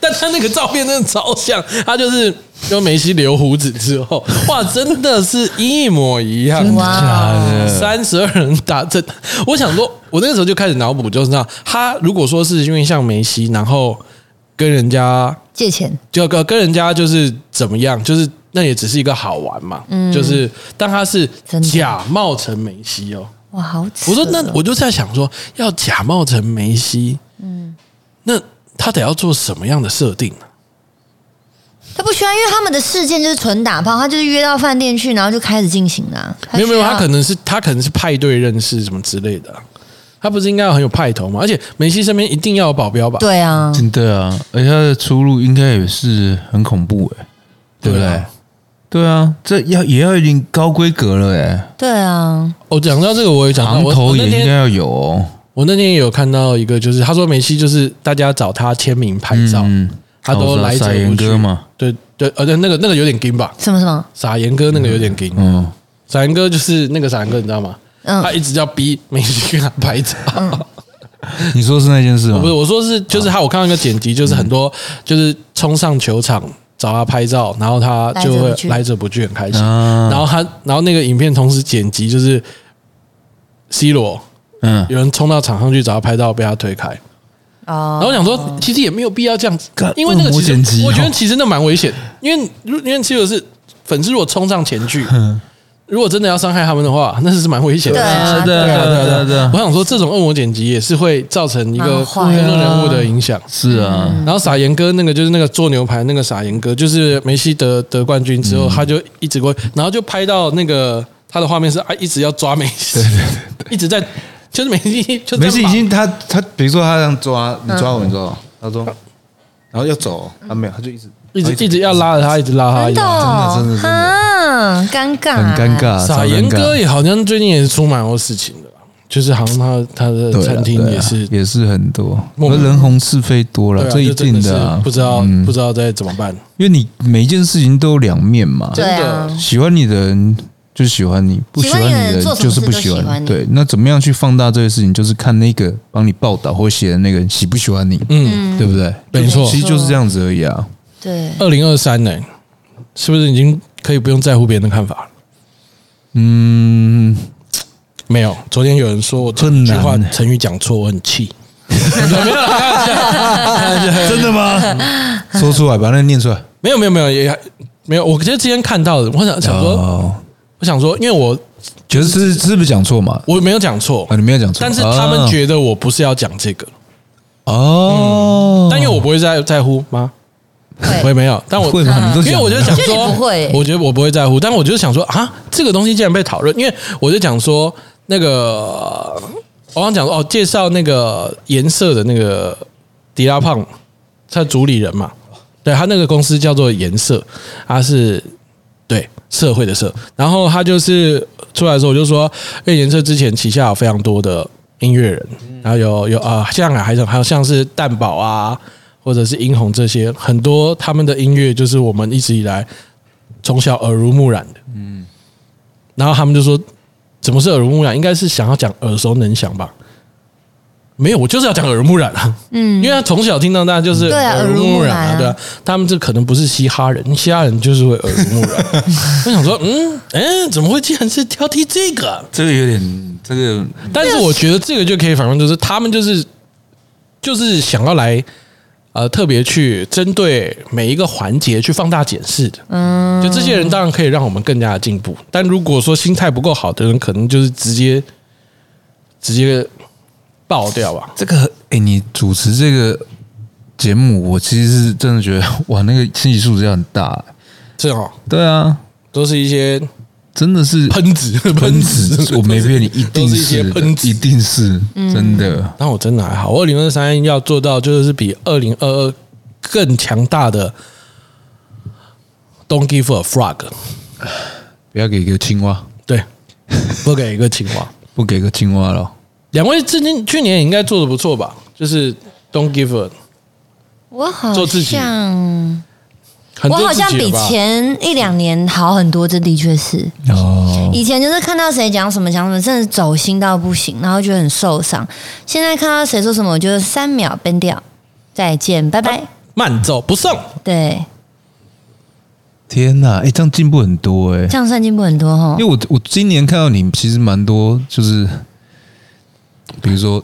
S1: 但他那个照片真的超像，他就是跟梅西留胡子之后，哇，真的是一模一样，啊
S3: 真的
S2: 哇
S3: 假的？
S1: 三十二人打针，我想说，我那个时候就开始脑补，就是那他如果说是因为像梅西，然后跟人家
S2: 借钱，
S1: 就跟跟人家就是怎么样，就是那也只是一个好玩嘛，就是但他是
S2: 嗯真的
S1: 假冒成梅西哦，
S2: 哇，好扯哦！
S1: 我说那我就在想说，要假冒成梅西，嗯，那他得要做什么样的设定啊呢、
S2: 他不需要，因为他们的事件就是纯打炮，他就是约到饭店去，然后就开始进行啊啦、
S1: 没有没有，他可
S2: 能
S1: 能是他可能是派对认识什么之类的啊、他不是应该要很有派头吗？而且梅西身边一定要有保镖吧？
S2: 对啊，
S3: 真的啊，而且他的出路应该也是很恐怖哎、对不
S1: 对
S3: 对
S1: 啊？
S3: 对啊，这要也要有点高规格了哎、
S2: 对啊，
S1: 我哦讲到这个，我也讲到
S3: 行
S1: 我
S3: 头
S1: 我
S3: 也
S1: 那
S3: 应该
S1: 天
S3: 要有哦。
S1: 我那天也有看到一个，就是他说梅西就是大家找他签名拍照，
S3: 嗯，
S1: 他都来者
S3: 撒
S1: 不
S3: 盐
S1: 拒
S3: 哥嘛，
S1: 对对，呃对，那个那个有点金吧，
S2: 什么什么，
S1: 傻严哥那个有点金，
S3: 嗯，
S1: 傻严哥就是那个傻严哥，你知道吗？他
S2: 嗯，
S1: 一直要逼梅西去给他拍照，
S3: 你说是那件事吗
S1: (laughs) 不？是我说是就是他，我看到一个剪辑，就是很多
S2: 嗯
S1: 就是冲上球场找他拍照，然后他就
S2: 来者
S1: 会
S2: 不拒
S1: 来者不拒，很开心。
S3: 啊
S1: 然后他，然后那个影片同时剪辑就是 C 罗
S3: 嗯，
S1: 有人冲到场上去找他拍照，被他推开。然后
S2: 哦，
S1: 我想说，其实也没有必要这样子
S3: 干，
S1: 因为那个
S3: 恶魔
S1: 其实
S3: 剪辑哦
S1: 我觉得其实那蛮危险，因为如因为其实是粉丝如果冲上前去，如果真的要伤害他们的话，那是蛮危险的
S2: 对
S1: 事情。
S2: 啊
S3: 对
S2: 对
S3: 啊，
S2: 啊
S3: 对啊，对啊对啊
S1: 我，想说，这种恶魔剪辑也是会造成一个
S2: 蛮
S1: 更多
S2: 坏的
S1: 人物的影响。
S3: 是啊，
S1: 然后傻严哥那个就是那个做牛排那个傻严哥，就是梅西得得冠军
S3: 嗯
S1: 之后，他就一直过，然后就拍到那个他的画面是啊，一直要抓梅西，一直在就是梅西就
S4: 没事，已经他他比如说他这样抓
S1: 嗯
S4: 你抓我，你抓我，他说，然后要走，
S3: 啊
S4: 他没有，他就一直
S1: 一直一直要拉着他，一直拉他，一
S2: 真
S1: 直
S2: 的
S1: 拉他。
S2: 哦
S4: 真的真的真的
S2: 啊，尴尬，
S3: 很尴。尬，啊超
S1: 嗯傻严
S3: 尴
S1: 哥
S3: 尬。
S1: 也好像最近也是出蛮多事情的吧，就是好像他他的
S3: 对啊
S1: 餐厅
S3: 对啊
S1: 也是。
S3: 也是很多，
S1: 莫名
S3: 人红是非多
S1: 对啊，
S3: 了，这一
S1: 就真
S3: 定
S1: 的是
S3: 啊，
S1: 不知道
S3: 嗯
S1: 不知道该怎么办。
S3: 因为你每一件事情都有两面嘛，
S2: 对啊，
S3: 喜欢你的人就喜欢你，不喜欢你的人就是不喜
S2: 喜欢你的人做什么事都喜
S3: 欢
S2: 欢
S3: 你。
S2: 你
S3: 对，那怎么样去放大这个事情，就是看那个帮你报道或写的那个人喜不喜欢你，
S1: 嗯，
S3: 对不对？
S1: 没错
S3: 其实就是这样子而已啊。
S2: 对，
S1: 二零二三呢，是不是已经可以不用在乎别人的看法了？
S3: 嗯，
S1: 没有，昨天有人说我这
S3: 困
S1: 句
S3: 难
S1: 话成语讲错，我很气。 (laughs)
S3: 真的吗？ (laughs) 说出来，把那个念出来。
S1: 没有没有没有也没有，我觉得之前看到的，我想想说，
S3: 哦，
S1: 我想说，因为我
S3: 觉得是是不是讲错嘛？
S1: 我没有讲错
S3: 啊，，你没有讲错，
S1: 但是他们
S3: 啊
S1: 觉得我不是要讲这个，
S3: 哦，
S1: 嗯但因为我不会在在乎吗？我也
S2: 会
S1: 没有，但我啊
S3: 会吗？你都
S1: 因为我就
S3: 得
S1: 想
S2: 就
S1: 说，
S2: 你不会
S1: 我觉得我不会在乎，但我就想说啊，这个东西竟然被讨论，因为我就讲说那个，我刚讲说哦，介绍那个颜色的那个迪拉胖，他主理人嘛，对他那个公司叫做颜色，他是对社会的社，然后他就是出来的时候，我就说，因为颜色之前旗下有非常多的音乐人，然后有有啊、呃，像海还还有像是蛋堡啊，或者是殷红这些，很多他们的音乐就是我们一直以来从小耳濡目染的，嗯，然后他们就说，怎么是耳濡目染？应该是想要讲耳熟能详吧。没有，我就是要讲耳濡目染啊，嗯，因为他从小听到大就是
S2: 对啊
S1: 耳濡目染
S2: 耳濡目染
S1: 啊，
S2: 啊
S1: 对啊，他们这可能不是嘻哈人，嘻哈人就是会耳濡目
S2: (laughs)
S1: 染。我想说，嗯，哎，怎么会竟然是挑剔这个啊、
S3: 这个有点这个
S1: 但是我觉得这个就可以反映，就是他们就是就是想要来呃特别去针对每一个环节去放大检视的。嗯，就这些人当然可以让我们更加的进步，但如果说心态不够好的人，可能就是直接直接爆掉吧。
S3: 这个，哎，你主持这个节目，我其实是真的觉得，哇，那个心理素质要很大。
S1: 这种
S3: 对啊，
S1: 哦都是一些
S3: 真的是
S1: 喷子，(laughs)
S3: 喷子，我没骗你，一定
S1: 都是一些
S3: 是的
S1: 喷子嗯
S3: 一定是真的。
S1: 但我真的还好，我二零二三要做到就是比二零二二更强大的 Don't give a frog，
S3: 不要给一个青蛙，
S1: 对， (laughs) 不给一个青蛙。
S3: 不给个青蛙了。
S1: 两位最近去年也应该做的不错吧？就是 Don't give a
S2: 我好
S1: 做自己
S2: 像
S1: 很
S2: 我
S1: 多
S2: 好像
S1: 自己
S2: 比
S1: 了吧
S2: 前一两年好很多，这的确是。
S3: 哦，
S2: 以前就是看到谁讲什么讲什么，真的走心到不行，然后觉得很受伤。现在看到谁说什么，我就三秒崩掉，再见，拜拜。
S1: 慢走不送，
S2: 对，
S3: 天哪，哎，这样进步很多哎、
S2: 这样算进步很多哈
S3: 因为。我我今年看到你其实蛮多，就是比如说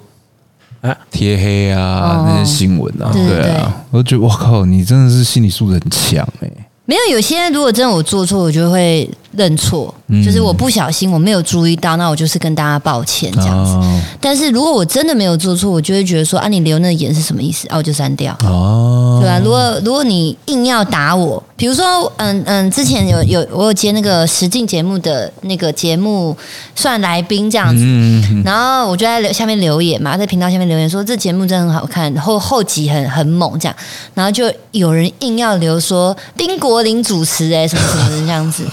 S1: 啊
S3: 贴黑啊
S2: 哦
S3: 那些新闻啊，
S2: 对对
S3: 对啊，我就觉得我靠，你真的是心理素质很强哎、
S2: 没有，有些如果真的我做错，我就会认错，就是我不小心我没有注意到，那我就是跟大家抱歉这样子。
S3: 哦
S2: 但是如果我真的没有做错，我就会觉得说啊，你留那个言是什么意思？啊，我就删掉。
S3: 哦，
S2: 对啊，如果如果你硬要打我，比如说，嗯嗯，之前有有我有接那个实境节目的那个节目，算来宾这样子，
S3: 嗯，嗯
S2: 然后我就在留下面留言嘛，在频道下面留言说这节目真的很好看，后后集很很猛这样，然后就有人硬要留说丁国林主持哎、什么什么的这样子，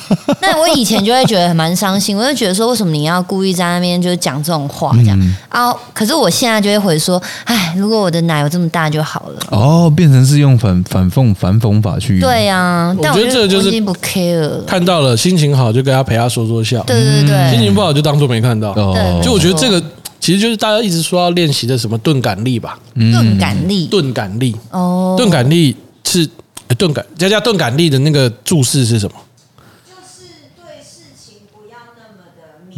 S2: 那我以前就会觉得蛮伤心，我就觉得说为什么你要故意在那边就是讲这种话这样、啊？可是我现在就会回说，哎，如果我的奶有这么大就好了。
S3: 哦，变成是用反反讽反讽法去
S2: 对呀、啊，
S1: 我
S2: 但
S1: 觉得这个就是
S2: 我已经不 care 了。
S1: 看到了心情好就跟他陪他说说笑，
S2: 对对
S1: 心
S2: 对
S1: 情不好就当做没看到。
S3: 哦
S2: 对，
S1: 就我觉得这个其实就是大家一直说要练习的什么钝感力吧，
S2: 对，钝感力
S1: 钝感力，
S2: 哦，
S1: 钝感力是呃钝感加加钝感力的那个注视是什么？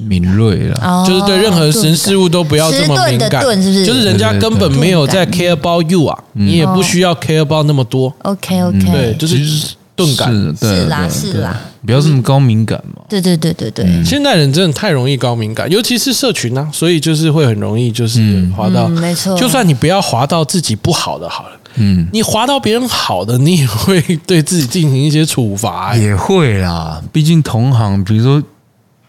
S3: 敏锐了，
S2: 哦
S1: 就是对任何人事物都不要这么敏
S2: 迟钝的
S1: 感，
S2: 钝是不是
S1: 就是人家根本没有在 care about you 啊，你也不需要 care about 那么多。
S2: OK OK，
S1: 对，就是钝感。
S3: 是对
S2: 是啦
S3: 对
S2: 是
S3: 对
S2: 啦
S3: 不要这么高敏感嘛。
S2: 对对对对对，
S1: 现代人真的太容易高敏感，尤其是社群啊，所以就是会很容易就是滑到，
S2: 嗯没错
S1: 就算你不要滑到自己不好的，好了，嗯，你滑到别人好的，你也会对自己进行一些处罚、欸。
S3: 也会啦，毕竟同行，比如说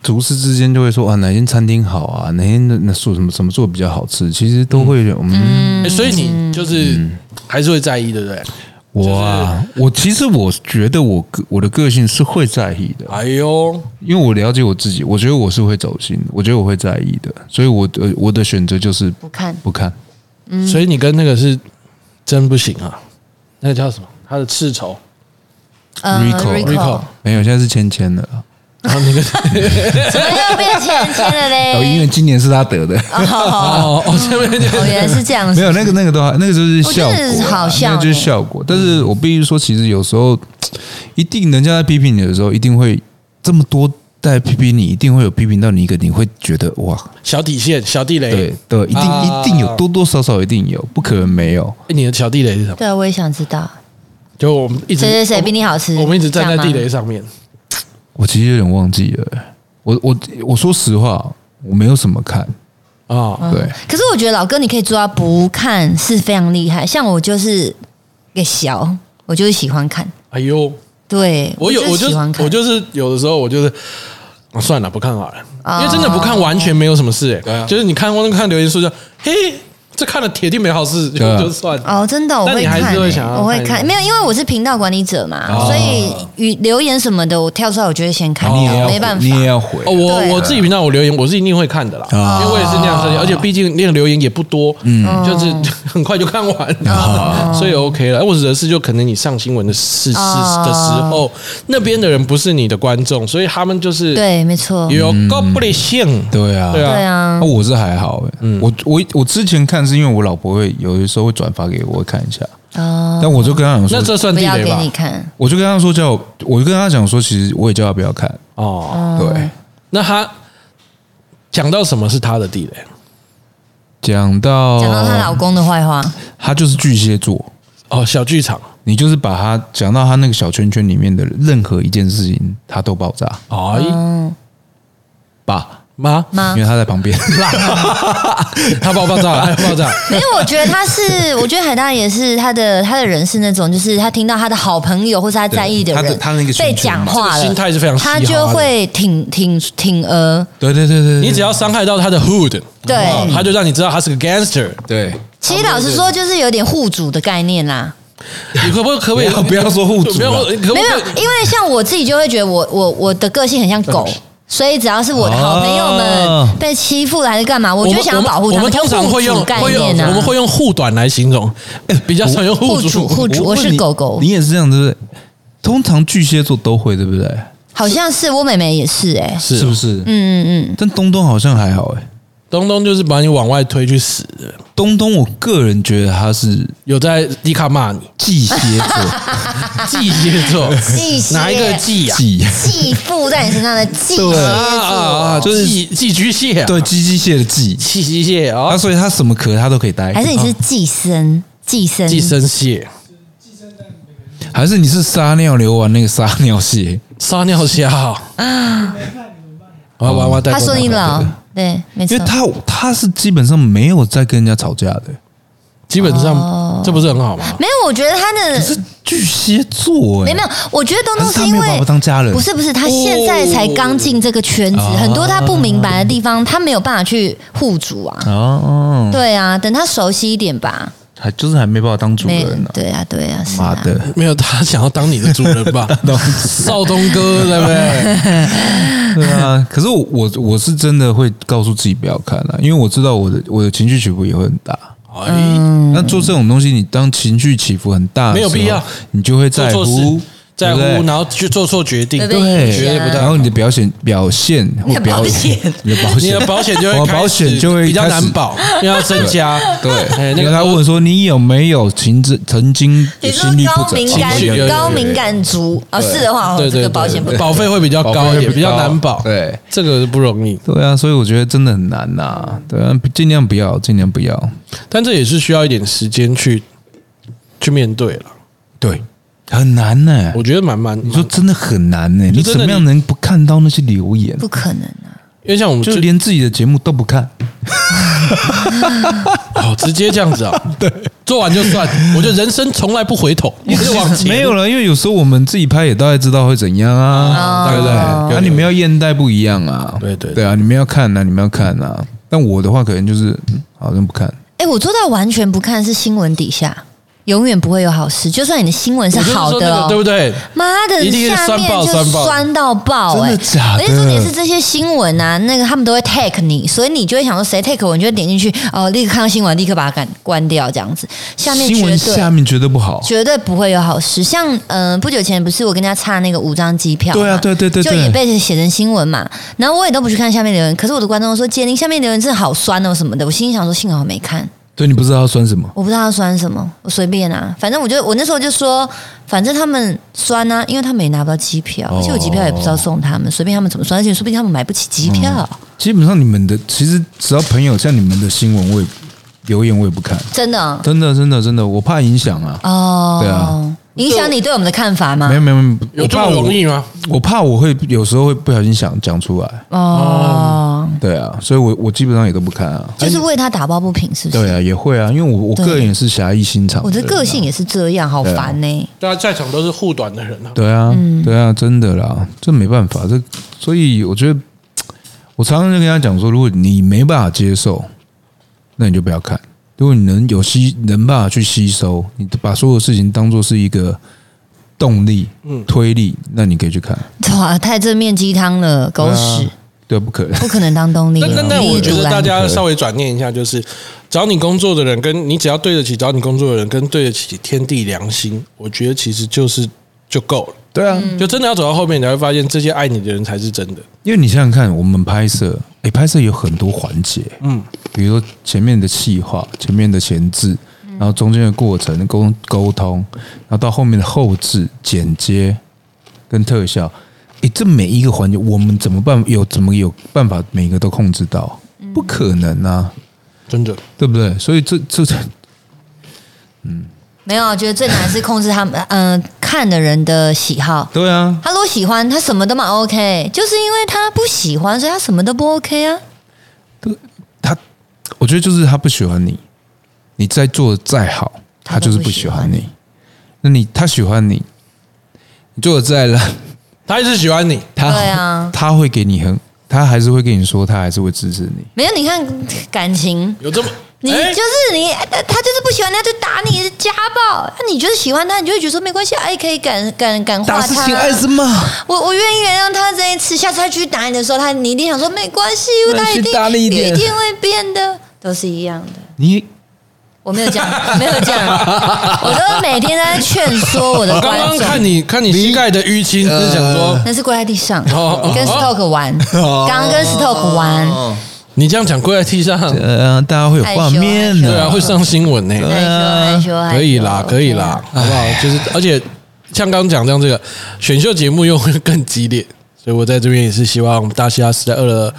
S3: 厨师之间就会说啊，哪间餐厅好啊，哪间的那做什么怎么做比较好吃，其实都会有嗯我们、
S1: 欸所以你就是还是会在意，对不对？
S3: 我啊，我其实我觉得我个我的个性是会在意的，
S1: 哎呦，
S3: 因为我了解我自己，我觉得我是会走心的，我觉得我会在意的，所以我的我的选择就是
S2: 不看
S3: 不看。
S1: 所以你跟那个是真不行啊，那个叫什么？他的赤仇
S2: 呃
S3: Rico
S1: Rico，
S3: 啊没有，现在是芊芊的啦，
S1: 然后那个
S2: 怎么又变芊芊 (laughs) 了
S3: 哦，因为
S2: 嘞？
S3: 今年是他得的，
S2: (laughs) 哦，
S1: 哦哦，这边就
S2: 哦原来是这样
S3: 没
S2: 子，
S3: 有那个那个都还那个就是效果啦，啊
S2: 我觉得好笑
S3: 那个就是
S2: 欸
S3: 效果。但是我必须说，其实有时候一定人家在批评你的时候，一定会这么多在批评你，一定会有批评到你一个你会觉得哇，
S1: 小底线、小地雷。
S2: 哎
S3: 对对，一定、
S1: 啊
S3: 一定有多多少少一定有，不可能没有。
S1: 欸你的小地雷是什么？
S2: 对啊，我也想知道
S1: 就我们一直
S2: 谁谁谁比你好吃，
S1: 我们一直站在地
S2: 这样
S1: 雷
S2: 吗
S1: 上面。
S3: 我其实有点忘记了欸，我我我说实话，我没有什么看，
S1: 啊，
S3: 对，
S2: 可是我觉得老哥你可以做到不看是非常厉害，像我就是个小，我就是喜欢看。
S1: 哎呦，
S2: 对，
S1: 我有我
S2: 就
S1: 就是
S2: 喜欢看，
S1: 我就是有的时候我就是。啊算了，不看好了，
S2: 哦
S1: 因为真的不看完全没有什么事哎、
S4: 对啊
S1: 就是你看光看留言数就，嘿，这看了铁定没好事，就、
S3: 对
S1: (laughs)
S3: 啊
S1: 就算了。
S2: 哦，真的，我
S1: 但
S2: 会
S1: 你还
S2: 看、
S1: 是会想
S2: 欸，
S1: 要
S2: 我会
S1: 看
S2: 看，没有，因为我是频道管理者嘛，
S1: 哦
S2: 所以语留言什么的，我跳出来，我就会先看
S3: 你
S2: 到，
S3: 也要
S2: 哦没办法，
S3: 你也要回
S1: 哦，我
S2: 对
S1: 我自己频道我留言我是一定会看的啦，
S3: 啊
S1: 因为我也是那样设计，而且毕竟那个留言也不多，
S2: 嗯
S1: 就是 (laughs) 很快就看完，
S2: 啊
S1: (laughs) 所以 OK 哎了。我指的是就可能你上新闻的事事
S2: 哦
S1: 的时候，那边的人不是你的观众，所以他们就是
S2: 对，没错，
S1: 有够不理性，
S3: 对啊，
S1: 对啊
S2: 对啊嗯
S3: 啊，，我是还好哎、我我我之前看是因为我老婆会有的时候会转发给我，我会看一下。
S2: 哦，
S3: 但我就跟她讲说，
S1: 那这算
S2: 不
S1: 地
S2: 要
S1: 雷
S2: 给
S1: 吧
S2: 你？看，
S3: 我就跟她说叫我，我就跟她讲说，其实我也叫她不要看。
S1: 哦，
S3: 对，
S1: 那他讲到什么是他的地雷？
S3: 讲到
S2: 讲到她老公的坏话，
S3: 她就是巨蟹座，
S1: 哦，小剧场
S3: 你就是把她讲到她那个小圈圈里面的任何一件事情，她都爆炸
S1: 哎
S2: 嗯，
S3: 吧，
S1: 妈，
S2: 妈
S3: 因为，她在
S2: (laughs)
S3: 旁边。
S1: 他爆爆炸了，他爆炸，
S2: 因为我觉得他
S1: (laughs)
S2: 是，我觉得海大也是他的他的人是那种，就是他听到他的好朋友或是他在意
S3: 对他的
S2: 人
S3: 他那个圈圈
S2: 被
S3: 嘛
S2: 讲话
S1: 这
S2: 了，
S1: 个心态是非常嘻哈
S2: 他
S1: 的
S2: 就会挺挺挺额，
S3: 对对对对，
S1: 你只
S3: 要
S1: 要伤害到他的 hood，
S2: 对
S1: 哦他就让你知道他是个 gangster。
S3: 对，
S2: 其实老实说，就是有点护主的概念啦。
S1: 你可不可不可以
S3: 不要不要说护主啊
S1: 不要可不可
S2: 没有，
S1: 以
S2: 因为像我自己就会觉得我我我的个性很像狗，所以只要是我的好朋友
S3: 哦
S2: 们被欺负了还是干嘛，我
S1: 我
S2: 就
S1: 们
S2: 想要保护
S1: 我
S2: 他
S1: 们。我们
S2: 就
S1: 通常会
S2: 护
S1: 用
S2: 主概
S1: 会用
S2: 念啊，
S1: 我们会用护短来形容，哎比较常用护
S2: 护主
S1: 主。
S2: 护主，我是狗狗
S3: 你，也是这样对不对？通常巨蟹座都会对不对？
S2: 好像是我妹妹也是哎、
S1: 是啊
S3: 不是？
S2: 嗯嗯
S3: 但东东好像还好哎、
S1: 东东就是把你往外推去死的，
S3: 东东我个人觉得他是
S1: 有在迪卡骂
S2: (laughs)
S1: 你
S3: 巨蟹
S1: (laughs)
S3: 座，
S1: 巨蟹座，
S2: 巨蟹
S1: 哪一个巨呀？
S3: 巨
S2: 嗯，寄附在你身上的寄
S3: 对
S1: 啊啊
S2: 蝎
S1: 啊！
S2: 座，
S1: 就是寄寄居蟹啊，
S3: (laughs) 对，鸡鸡蟹的鸡，
S1: 寄居蟹
S3: 他
S1: 啊，
S3: 所以他什么壳他都可以待，
S2: 还是你是寄生？寄生？
S1: 寄生蟹、
S3: 还是你是撒尿流完那个撒尿蟹，
S1: 撒尿虾啊！哇哇哇！带
S2: 他
S1: 过
S2: 说
S1: 来
S2: 你老
S3: 对，
S2: 对，没
S3: 因
S2: 错
S3: 为。他他是基本上没有在跟人家吵架的，
S1: 基本
S2: 哦
S1: 上这不是很好吗？
S2: 没有，我觉得他的
S3: 是巨蟹座
S2: 呃没
S3: 哎、
S2: 有没有，我觉得东
S3: 还
S2: 东
S3: 是
S2: 是
S3: 他
S2: 因
S3: 没有把
S2: 为
S3: 我当家人，
S2: 不是不是，他现在才刚进这个圈子，
S3: 哦
S2: 很多他不明白的地方，他没有办法去护主啊。
S3: 哦，
S2: 对啊，等他熟悉一点吧。
S3: 还就是还没把我当主
S2: 没
S3: 人呢、
S2: 对啊，对啊，是
S3: 妈
S2: 啊。
S3: 的，
S1: 没有，他想要当你的主人
S3: (laughs)
S1: 吧？少东哥，对不
S2: (laughs)
S1: 对？
S3: 对啊，可是我我我是真的会告诉自己不要看了、因为我知道我的我的情绪起伏也会很大。
S1: 哎，
S2: 嗯
S3: 那做这种东西，你当情绪起伏很大的
S1: 没有
S3: 时候
S1: 必要，
S3: 你就会
S1: 做
S3: 在
S1: 错
S3: 乎
S1: 事，在
S3: 对啊
S1: 乎，
S3: 不对
S1: 然后去做错决定，
S2: 对被影
S1: 绝对不
S2: 响
S1: 对
S3: 然。后你的表现表现或
S2: (laughs)
S3: 表演，你的保
S1: 你
S3: 险
S1: 的保险就会
S3: 我
S1: 开始
S3: 保险就会
S1: 比较
S3: 开始
S1: 难保，因为要增加。
S3: (laughs) 对
S1: (laughs) 哎，那
S3: 因为
S1: 个
S2: 哦
S3: 他问说你有没有情志曾经
S2: 你说
S3: 心率不
S2: 高
S3: 整
S2: 敏
S3: 齐，
S1: 情绪
S2: 感高敏感族啊，是的话，哦
S1: 对
S2: 这
S1: 对
S2: 个
S1: 对，
S2: 保险不
S1: 对保费会比较高一
S3: 保费
S1: 点，
S3: 会
S1: 比
S3: 比较
S1: 较
S3: 高
S1: 难保。
S3: 对，
S1: 这个不容易，
S3: 对啊，所以我觉得真的很难呐、对啊，尽量不要，尽量不要，
S1: 但这也是需要一点时间去去面对了。
S3: 对，很难呢、
S1: 我觉得蛮蛮，
S3: 你说真的很难呢、你
S1: 真
S3: 怎
S1: 的
S3: 么样能不看到那些留言？
S2: 不可能啊！
S1: 因为像我们
S3: 就
S1: 就
S3: 连自己的节目都不看，
S1: 哦，直接这样子
S3: (laughs)
S1: 啊，对，做完就算，我就人生从来不回头，一直往前。
S3: 没有了，因为有时候我们自己拍也大概知道会怎样啊，
S2: 哦
S3: 对不对？
S1: 有
S3: 啊，
S1: 有
S3: 你们要验代不一样啊，
S1: 对对对
S3: 对啊，你们要看啊，你们要看啊。但我的话可能就是嗯好像不看，
S2: 哎、我做到完全不看是新闻底下，永远不会有好事。就算你的新闻是
S1: 我就是
S2: 好
S1: 说
S2: 的、
S1: 那
S2: 哦
S1: 个对不对？
S2: 妈的，
S1: 一定是
S2: 下
S1: 酸
S2: 面
S1: 爆
S2: 就
S1: 酸爆
S2: 酸到爆、欸，
S3: 真的假
S2: 而
S3: 的
S2: 且重点是这些新闻啊，那个他们都会 tag 你，所以你就会想说谁 tag 我，你就会点进去哦，立刻看到新闻，立刻把它关关掉，这样子。下面
S3: 新
S2: 绝
S3: 闻
S2: 对
S3: 下面绝对不好，
S2: 绝对不会有好事。像嗯、呃不久前不是我跟人家差那个五张机票嘛，
S3: 对啊对对对
S2: 就
S3: 对
S2: 也被写成新闻嘛。然后我也都不去看下面留言，可是我的观众说：“杰林下面留言真的好酸哦什么的。”我心里想说：“幸好没看，
S3: 对你不知道要酸什么，
S2: 我不知道他酸什么，我随便啊，反正我就我那时候就说，反正他们酸啊，因为他们也拿不到机票，
S3: 哦
S2: 而且我机票也不知道送他们，随便他们怎么酸，而且说不定他们买不起机票，
S3: 基本上你们的其实只要朋友像你们的新闻，我也留言我也不看，
S2: 真的哦
S3: 真的真的真的，我怕影响啊。
S2: 哦，
S3: 对啊，
S2: 影响你对我们的看法吗
S3: 没？有没有没有，
S1: 有
S3: 我
S1: 这
S3: 怕
S1: 么
S3: 我
S1: 容易吗？
S3: 我怕我会有时候会不小心想讲出来，
S2: 哦，
S3: 对啊，所以我我基本上也都不看啊。
S2: 就是为他打抱不平，是不是？
S3: 对啊，也会啊，因为我我
S2: 对
S3: 个人也啊是侠义心肠，
S2: 我的个性也是这样，好烦
S3: 啊
S2: 呢、
S1: 大家在场都是护短的人啊，
S3: 对啊，对啊，真的啦，这没办法，这所以我觉得，我常常就跟他讲说，如果你没办法接受，那你就不要看；如果你能有吸，能办法去吸收，你把所有事情当做是一个动力、
S1: 嗯
S3: 推力，那你可以去看。
S2: 哇，太正面鸡汤了，狗屎，
S3: 对啊，不可能。
S2: 不可能当动力。
S1: 那那那，
S2: 利益
S1: 我觉
S2: 阻
S1: 得
S2: 拦
S1: 大家稍微转念一下，就是找你工作的人，跟你只要对得起找你工作的人，跟对得起天地良心，我觉得其实就是就够了。
S3: 对啊，
S2: 嗯
S1: 就真的要走到后面，你才会发现这些爱你的人才是真的。
S3: 因为你想想看，我们拍摄，诶，拍摄有很多环节，
S1: 嗯，
S3: 比如说前面的企划、前面的前置，然后中间的过程沟沟通，然后到后面的后置、剪接跟特效，诶，这每一个环节我们怎么办？有怎么有办法每个都控制到？不可能啊，
S1: 真的，
S3: 对不对？所以这这
S2: 没有，我觉得最难是控制他们，嗯、看的人的喜好。
S3: 对啊，
S2: 他如果喜欢，他什么都蛮 OK，就是因为他不喜欢，所以他什么都不 OK 啊。
S3: 他我觉得就是他不喜欢你，你再做的再好，
S2: 他
S3: 他就是
S2: 都不
S3: 不
S2: 喜
S3: 喜
S2: 欢
S3: 欢你。那你他喜欢你，你做的再烂。
S1: 他一直喜欢你，
S3: 他
S2: 对啊
S3: 他会给你很，他还是会跟你说，他还是会支持你。
S2: 没有，你看感情，
S1: 有这么
S2: 你
S1: 哎
S2: 就是你，他他就是不喜欢他就打你是家暴，那你就是喜欢他，你就会觉得说没关系，爱可以感感感化他。
S3: 么？
S2: 我我愿意原谅他这一次，下次他继续打你的时候，他你一定想说没关系，因为他一
S3: 哎去
S2: 定
S3: 打你一点
S2: 一定会变的，都是一样的。
S3: 你
S2: 我没有这样，没有这样，
S3: (laughs)
S2: 我都每天在劝说我的
S1: 我刚
S2: 观
S1: 刚
S2: 众。
S1: 看你看你呃膝盖的淤青，是想说
S2: (laughs) 那是跪在地上，
S1: 哦
S2: 跟 Stoke 玩，刚刚跟 Stoke 玩，
S1: 你这样讲跪在地上，
S3: 呃，大家会有画面
S2: 害羞
S1: 对
S3: 的、
S1: 啊，会上新闻呢、
S2: 害羞害羞
S3: 哎
S2: 害羞，
S1: 可以
S3: 啊
S1: 啦，可以啦，好不好？就是而且像刚刚讲这样，这个选秀节目又会更激烈，所以我在这边也是希望大嘻哈时代二的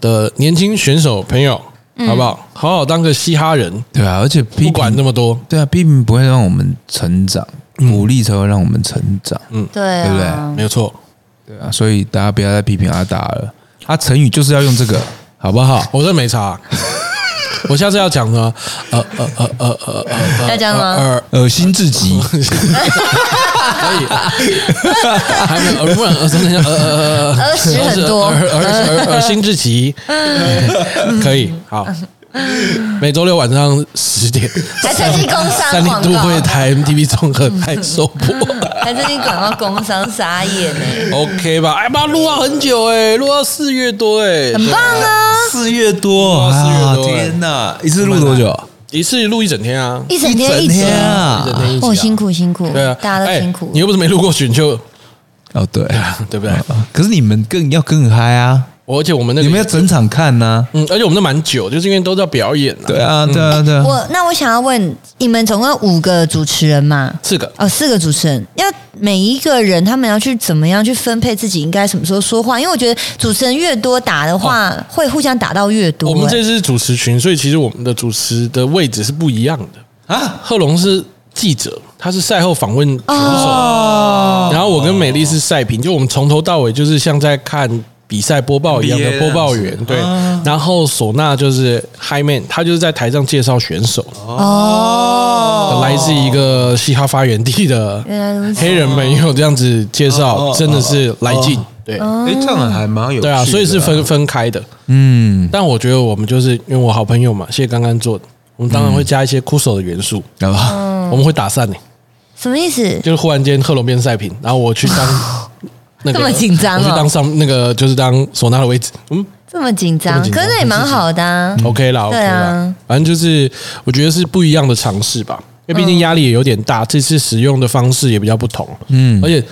S1: 的年轻选手朋友，好不好？好好当个嘻哈人，
S3: 对啊，而且嗯批
S1: 不
S3: 评
S1: 管那么嗯多，
S3: 对啊，批评不会让我们成长，努力才会让我们成长，
S1: 嗯
S2: 对
S3: 对不
S2: 啊
S3: 对，
S1: 没有错。
S3: 对啊，所以大家不要再批评阿达了，他成语就是要用这个，好不好？
S1: 我真没
S3: (laughs)
S1: 差、我下次要讲呢，呃呃呃呃呃呃，
S2: 要讲吗
S1: 呃，
S3: 恶心至极， (laughs)
S1: 可以，还没有，呃不然呃真的要呃呃呃，
S2: 耳屎很多
S1: 耳耳耳耳心至极，可以，好，每周六晚上十点，
S2: 还曾经工
S1: 三
S2: 商
S1: 立
S2: 广
S1: 都会
S2: 告，
S1: 台 MTV 综合台首播
S2: 还曾经广告工商傻眼呢、
S1: (laughs) ，OK 吧？哎妈，录到很久哎，录到四月多哎，
S2: 很棒啊！
S3: 哦四月多哎
S1: 啊四月多
S3: 天哪，一次录多久？
S1: 一次录一整天啊，
S2: 一整天一
S3: 整
S2: 集，
S3: 天
S1: 一
S3: 啊！
S1: 整天一集啊，
S2: 哦，辛苦辛苦，
S1: 对啊，
S2: 大家都
S1: 哎
S2: 辛苦
S1: 你。又不是没录过选秀，
S3: 哦，对啊，
S1: 对不对？
S3: 可是你们更要更嗨啊！
S1: 我而且我们那
S3: 你
S1: 个
S3: 们要整场看啊呢、
S1: 嗯，而且我们那蛮久，就是因为都在表演啊，
S3: 对啊，对啊，对啊。
S2: 我那我想要问，你们总共有五个主持人嘛？
S1: 四个
S2: 哦，四个主持人，要每一个人他们要去怎么样去分配自己应该什么时候说话？因为我觉得主持人越多打的话，会互相打到越多、
S1: 哦我们
S2: 哎
S1: 这次是主持群，所以其实我们的主持的位置是不一样的啊。贺龙是记者，他是赛后访问选手，
S4: 哦
S1: 然后我跟美丽是赛评，就我们从头到尾就是像在看比赛播报一样的
S4: NBA
S1: 播报员，对。
S4: 啊
S1: 然后唢呐就是 High Man，他就是在台上介绍选手，
S2: 哦，
S1: 来自一个嘻哈发源地的
S2: 原来如此
S1: 黑人朋友这样子介绍，
S4: 嗯哦
S1: 真的是来劲，对
S4: 哎，这样还蛮有趣的
S1: 对啊，所以是分分开的。
S3: 嗯，
S1: 但我觉得我们就是因为我好朋友嘛，谢刚刚做的，我们当
S3: 嗯
S1: 然会加一些酷手的元素，
S3: 然后
S2: 嗯
S1: 我们会打散你、
S2: 什么意思？
S1: 就是忽然间贺龙变赛品，然后我去
S2: (laughs)
S1: 当那个
S2: 这么紧张哦
S1: 我去当上那个就是当唢呐的位置，嗯
S2: 这么紧
S1: 这
S2: 张
S1: 么，紧张
S2: 可是那也蛮好的啊。
S3: 嗯
S1: ，OK 啦，OK
S2: 对啊
S1: 啦，反正就是我觉得是不一样的尝试吧，因为毕竟压力也有点
S2: 嗯
S1: 大，这次使用的方式也比较不同，
S3: 嗯
S1: 而，且、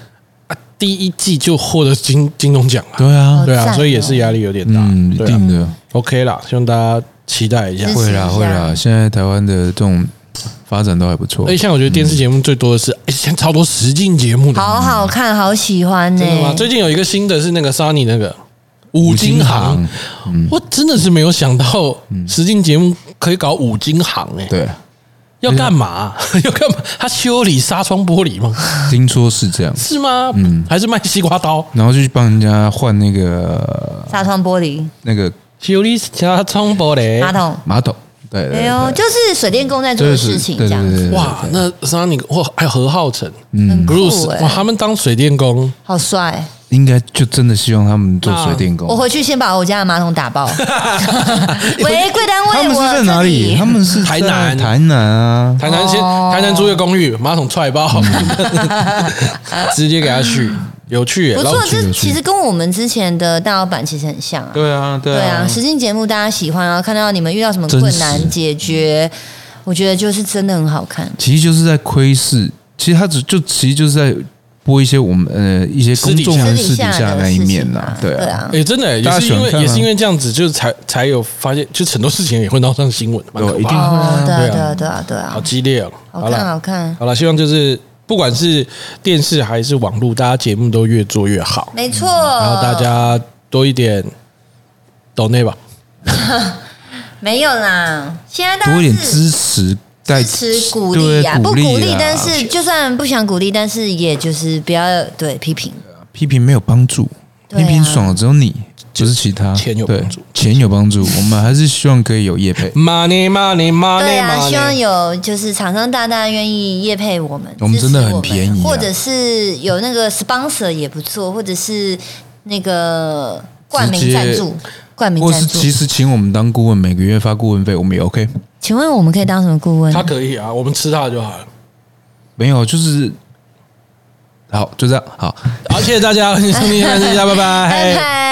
S1: 啊、第一季就获得金金钟奖了，
S3: 对啊，
S1: 对
S2: 好
S1: 啊，
S2: 赞哦
S1: 所以也是压力有点大，
S3: 嗯，一
S1: 对啊
S3: 定的
S1: OK 啦，希望大家期待一下
S2: 支。持试一
S3: 会啦
S2: 下
S3: 会啦，现在台湾的这种发展都还不错
S2: 哎
S1: 而且，像我觉得电视节目最多的是，哎、现在超多实境节目的，
S2: 好好看，好喜欢呢、
S1: 真的吗？最近有一个新的是那个 Sunny 那个五金行，嗯我真的是没有想到实境节目可以搞五金行哎、
S3: 对，
S1: 要干嘛？ (laughs) 要干嘛？他修理纱窗玻璃吗？ (laughs)
S3: 听说是这样，
S1: 是吗？还是卖西瓜刀？
S3: 然后就去帮人家换那个
S2: 纱窗玻璃、
S3: 那个
S1: 修理纱窗玻璃
S2: 马桶，
S3: 马桶，对哎对
S2: 哎呦，
S3: 对，
S2: 就是水电工在做的事情，
S3: 对
S2: 这
S3: 对
S2: 样子
S3: 对，
S1: 哇，那 Sunny 哇，还有何浩晨、
S2: 很酷
S1: Bruce
S2: 哎、
S1: 哇，他们当水电工，
S2: 好帅！
S3: 应该就真的希望他们做水电工。
S2: 哦我回去先把我家的马桶
S3: (laughs)
S2: 打爆。喂，贵单位，
S3: 他们是
S2: 我
S3: 在哪里？他们是
S1: 台
S3: 在
S1: 南
S3: 台南啊，
S1: 台南先、
S2: 哦
S1: 台南租一个公寓，马桶踹
S2: (laughs)
S1: 爆，直接给他去，有趣、欸，
S2: 不
S1: 老
S2: 错，这其实跟我们之前的大老板其实很像啊。
S4: 对啊，对
S2: 对啊，
S4: 啊，
S2: 实境节目大家喜欢啊，看到你们遇到什么
S3: 真
S2: 困
S3: 实
S2: 难解决，我觉得就是真的很好看。
S3: 其实就是在窥视。其实他只就其实就是在播一些我们呃一些公众人私
S2: 私底
S3: 底
S2: 下
S3: 下
S2: 的
S3: 那一
S2: 事情
S3: 面呐、
S2: 啊
S3: 对
S2: 对
S3: 啊
S2: 啊，
S1: 哎、真的、欸，也
S3: 大家
S1: 是因为、
S3: 喜欢看啊
S1: 也是因为这样子，就是才才有发现，就是很多事情也会闹上新闻，蛮可
S3: 有一定
S1: 怕的，
S2: 哦，对啊，
S1: 对啊
S2: 对啊，对啊，对啊
S1: 好，激烈哦、
S2: 好看，
S1: 了，
S2: 好看，
S1: 好了，希望就是不管是电视还是网络，大家节目都越做越好，
S2: 没错。
S3: 嗯
S1: 然后大家多一点抖内吧，
S2: 没有啦，现在大家
S3: 多一点
S2: 是
S3: 支持，在
S2: 支持鼓励啊，
S3: 对
S2: 不鼓励
S3: 啦，
S2: 但是就算不想鼓励，但是也就是不要对批评。
S3: 批评没有帮助，
S2: 对
S3: 批
S2: 啊
S3: 评爽的只有你，不是其他
S1: 钱有
S3: 对
S1: 帮助。
S3: 钱有帮助，我们还是希望可以有业配
S1: money
S2: (laughs)
S1: money
S2: 对
S1: money
S2: 啊，希望
S1: money，
S2: 有就是厂商大大愿意业配我们，
S3: 我们
S2: 支持
S3: 真的很便宜啊
S2: 或者是有那个 sponsor 也不错，或者是那个冠名赞助，冠名
S3: 或
S2: 赞
S3: 是
S2: 助
S3: 其。实请我们当顾问，每个月发顾问费，我们也 OK。
S2: 请问我们可以当什么顾问？
S1: 他可以啊，我们吃他的就好了。 (laughs)
S3: 没有，就是好，就这样好。
S2: (laughs)
S1: 好，谢谢大家，欢迎收听，大家拜拜 (laughs)
S2: 拜拜。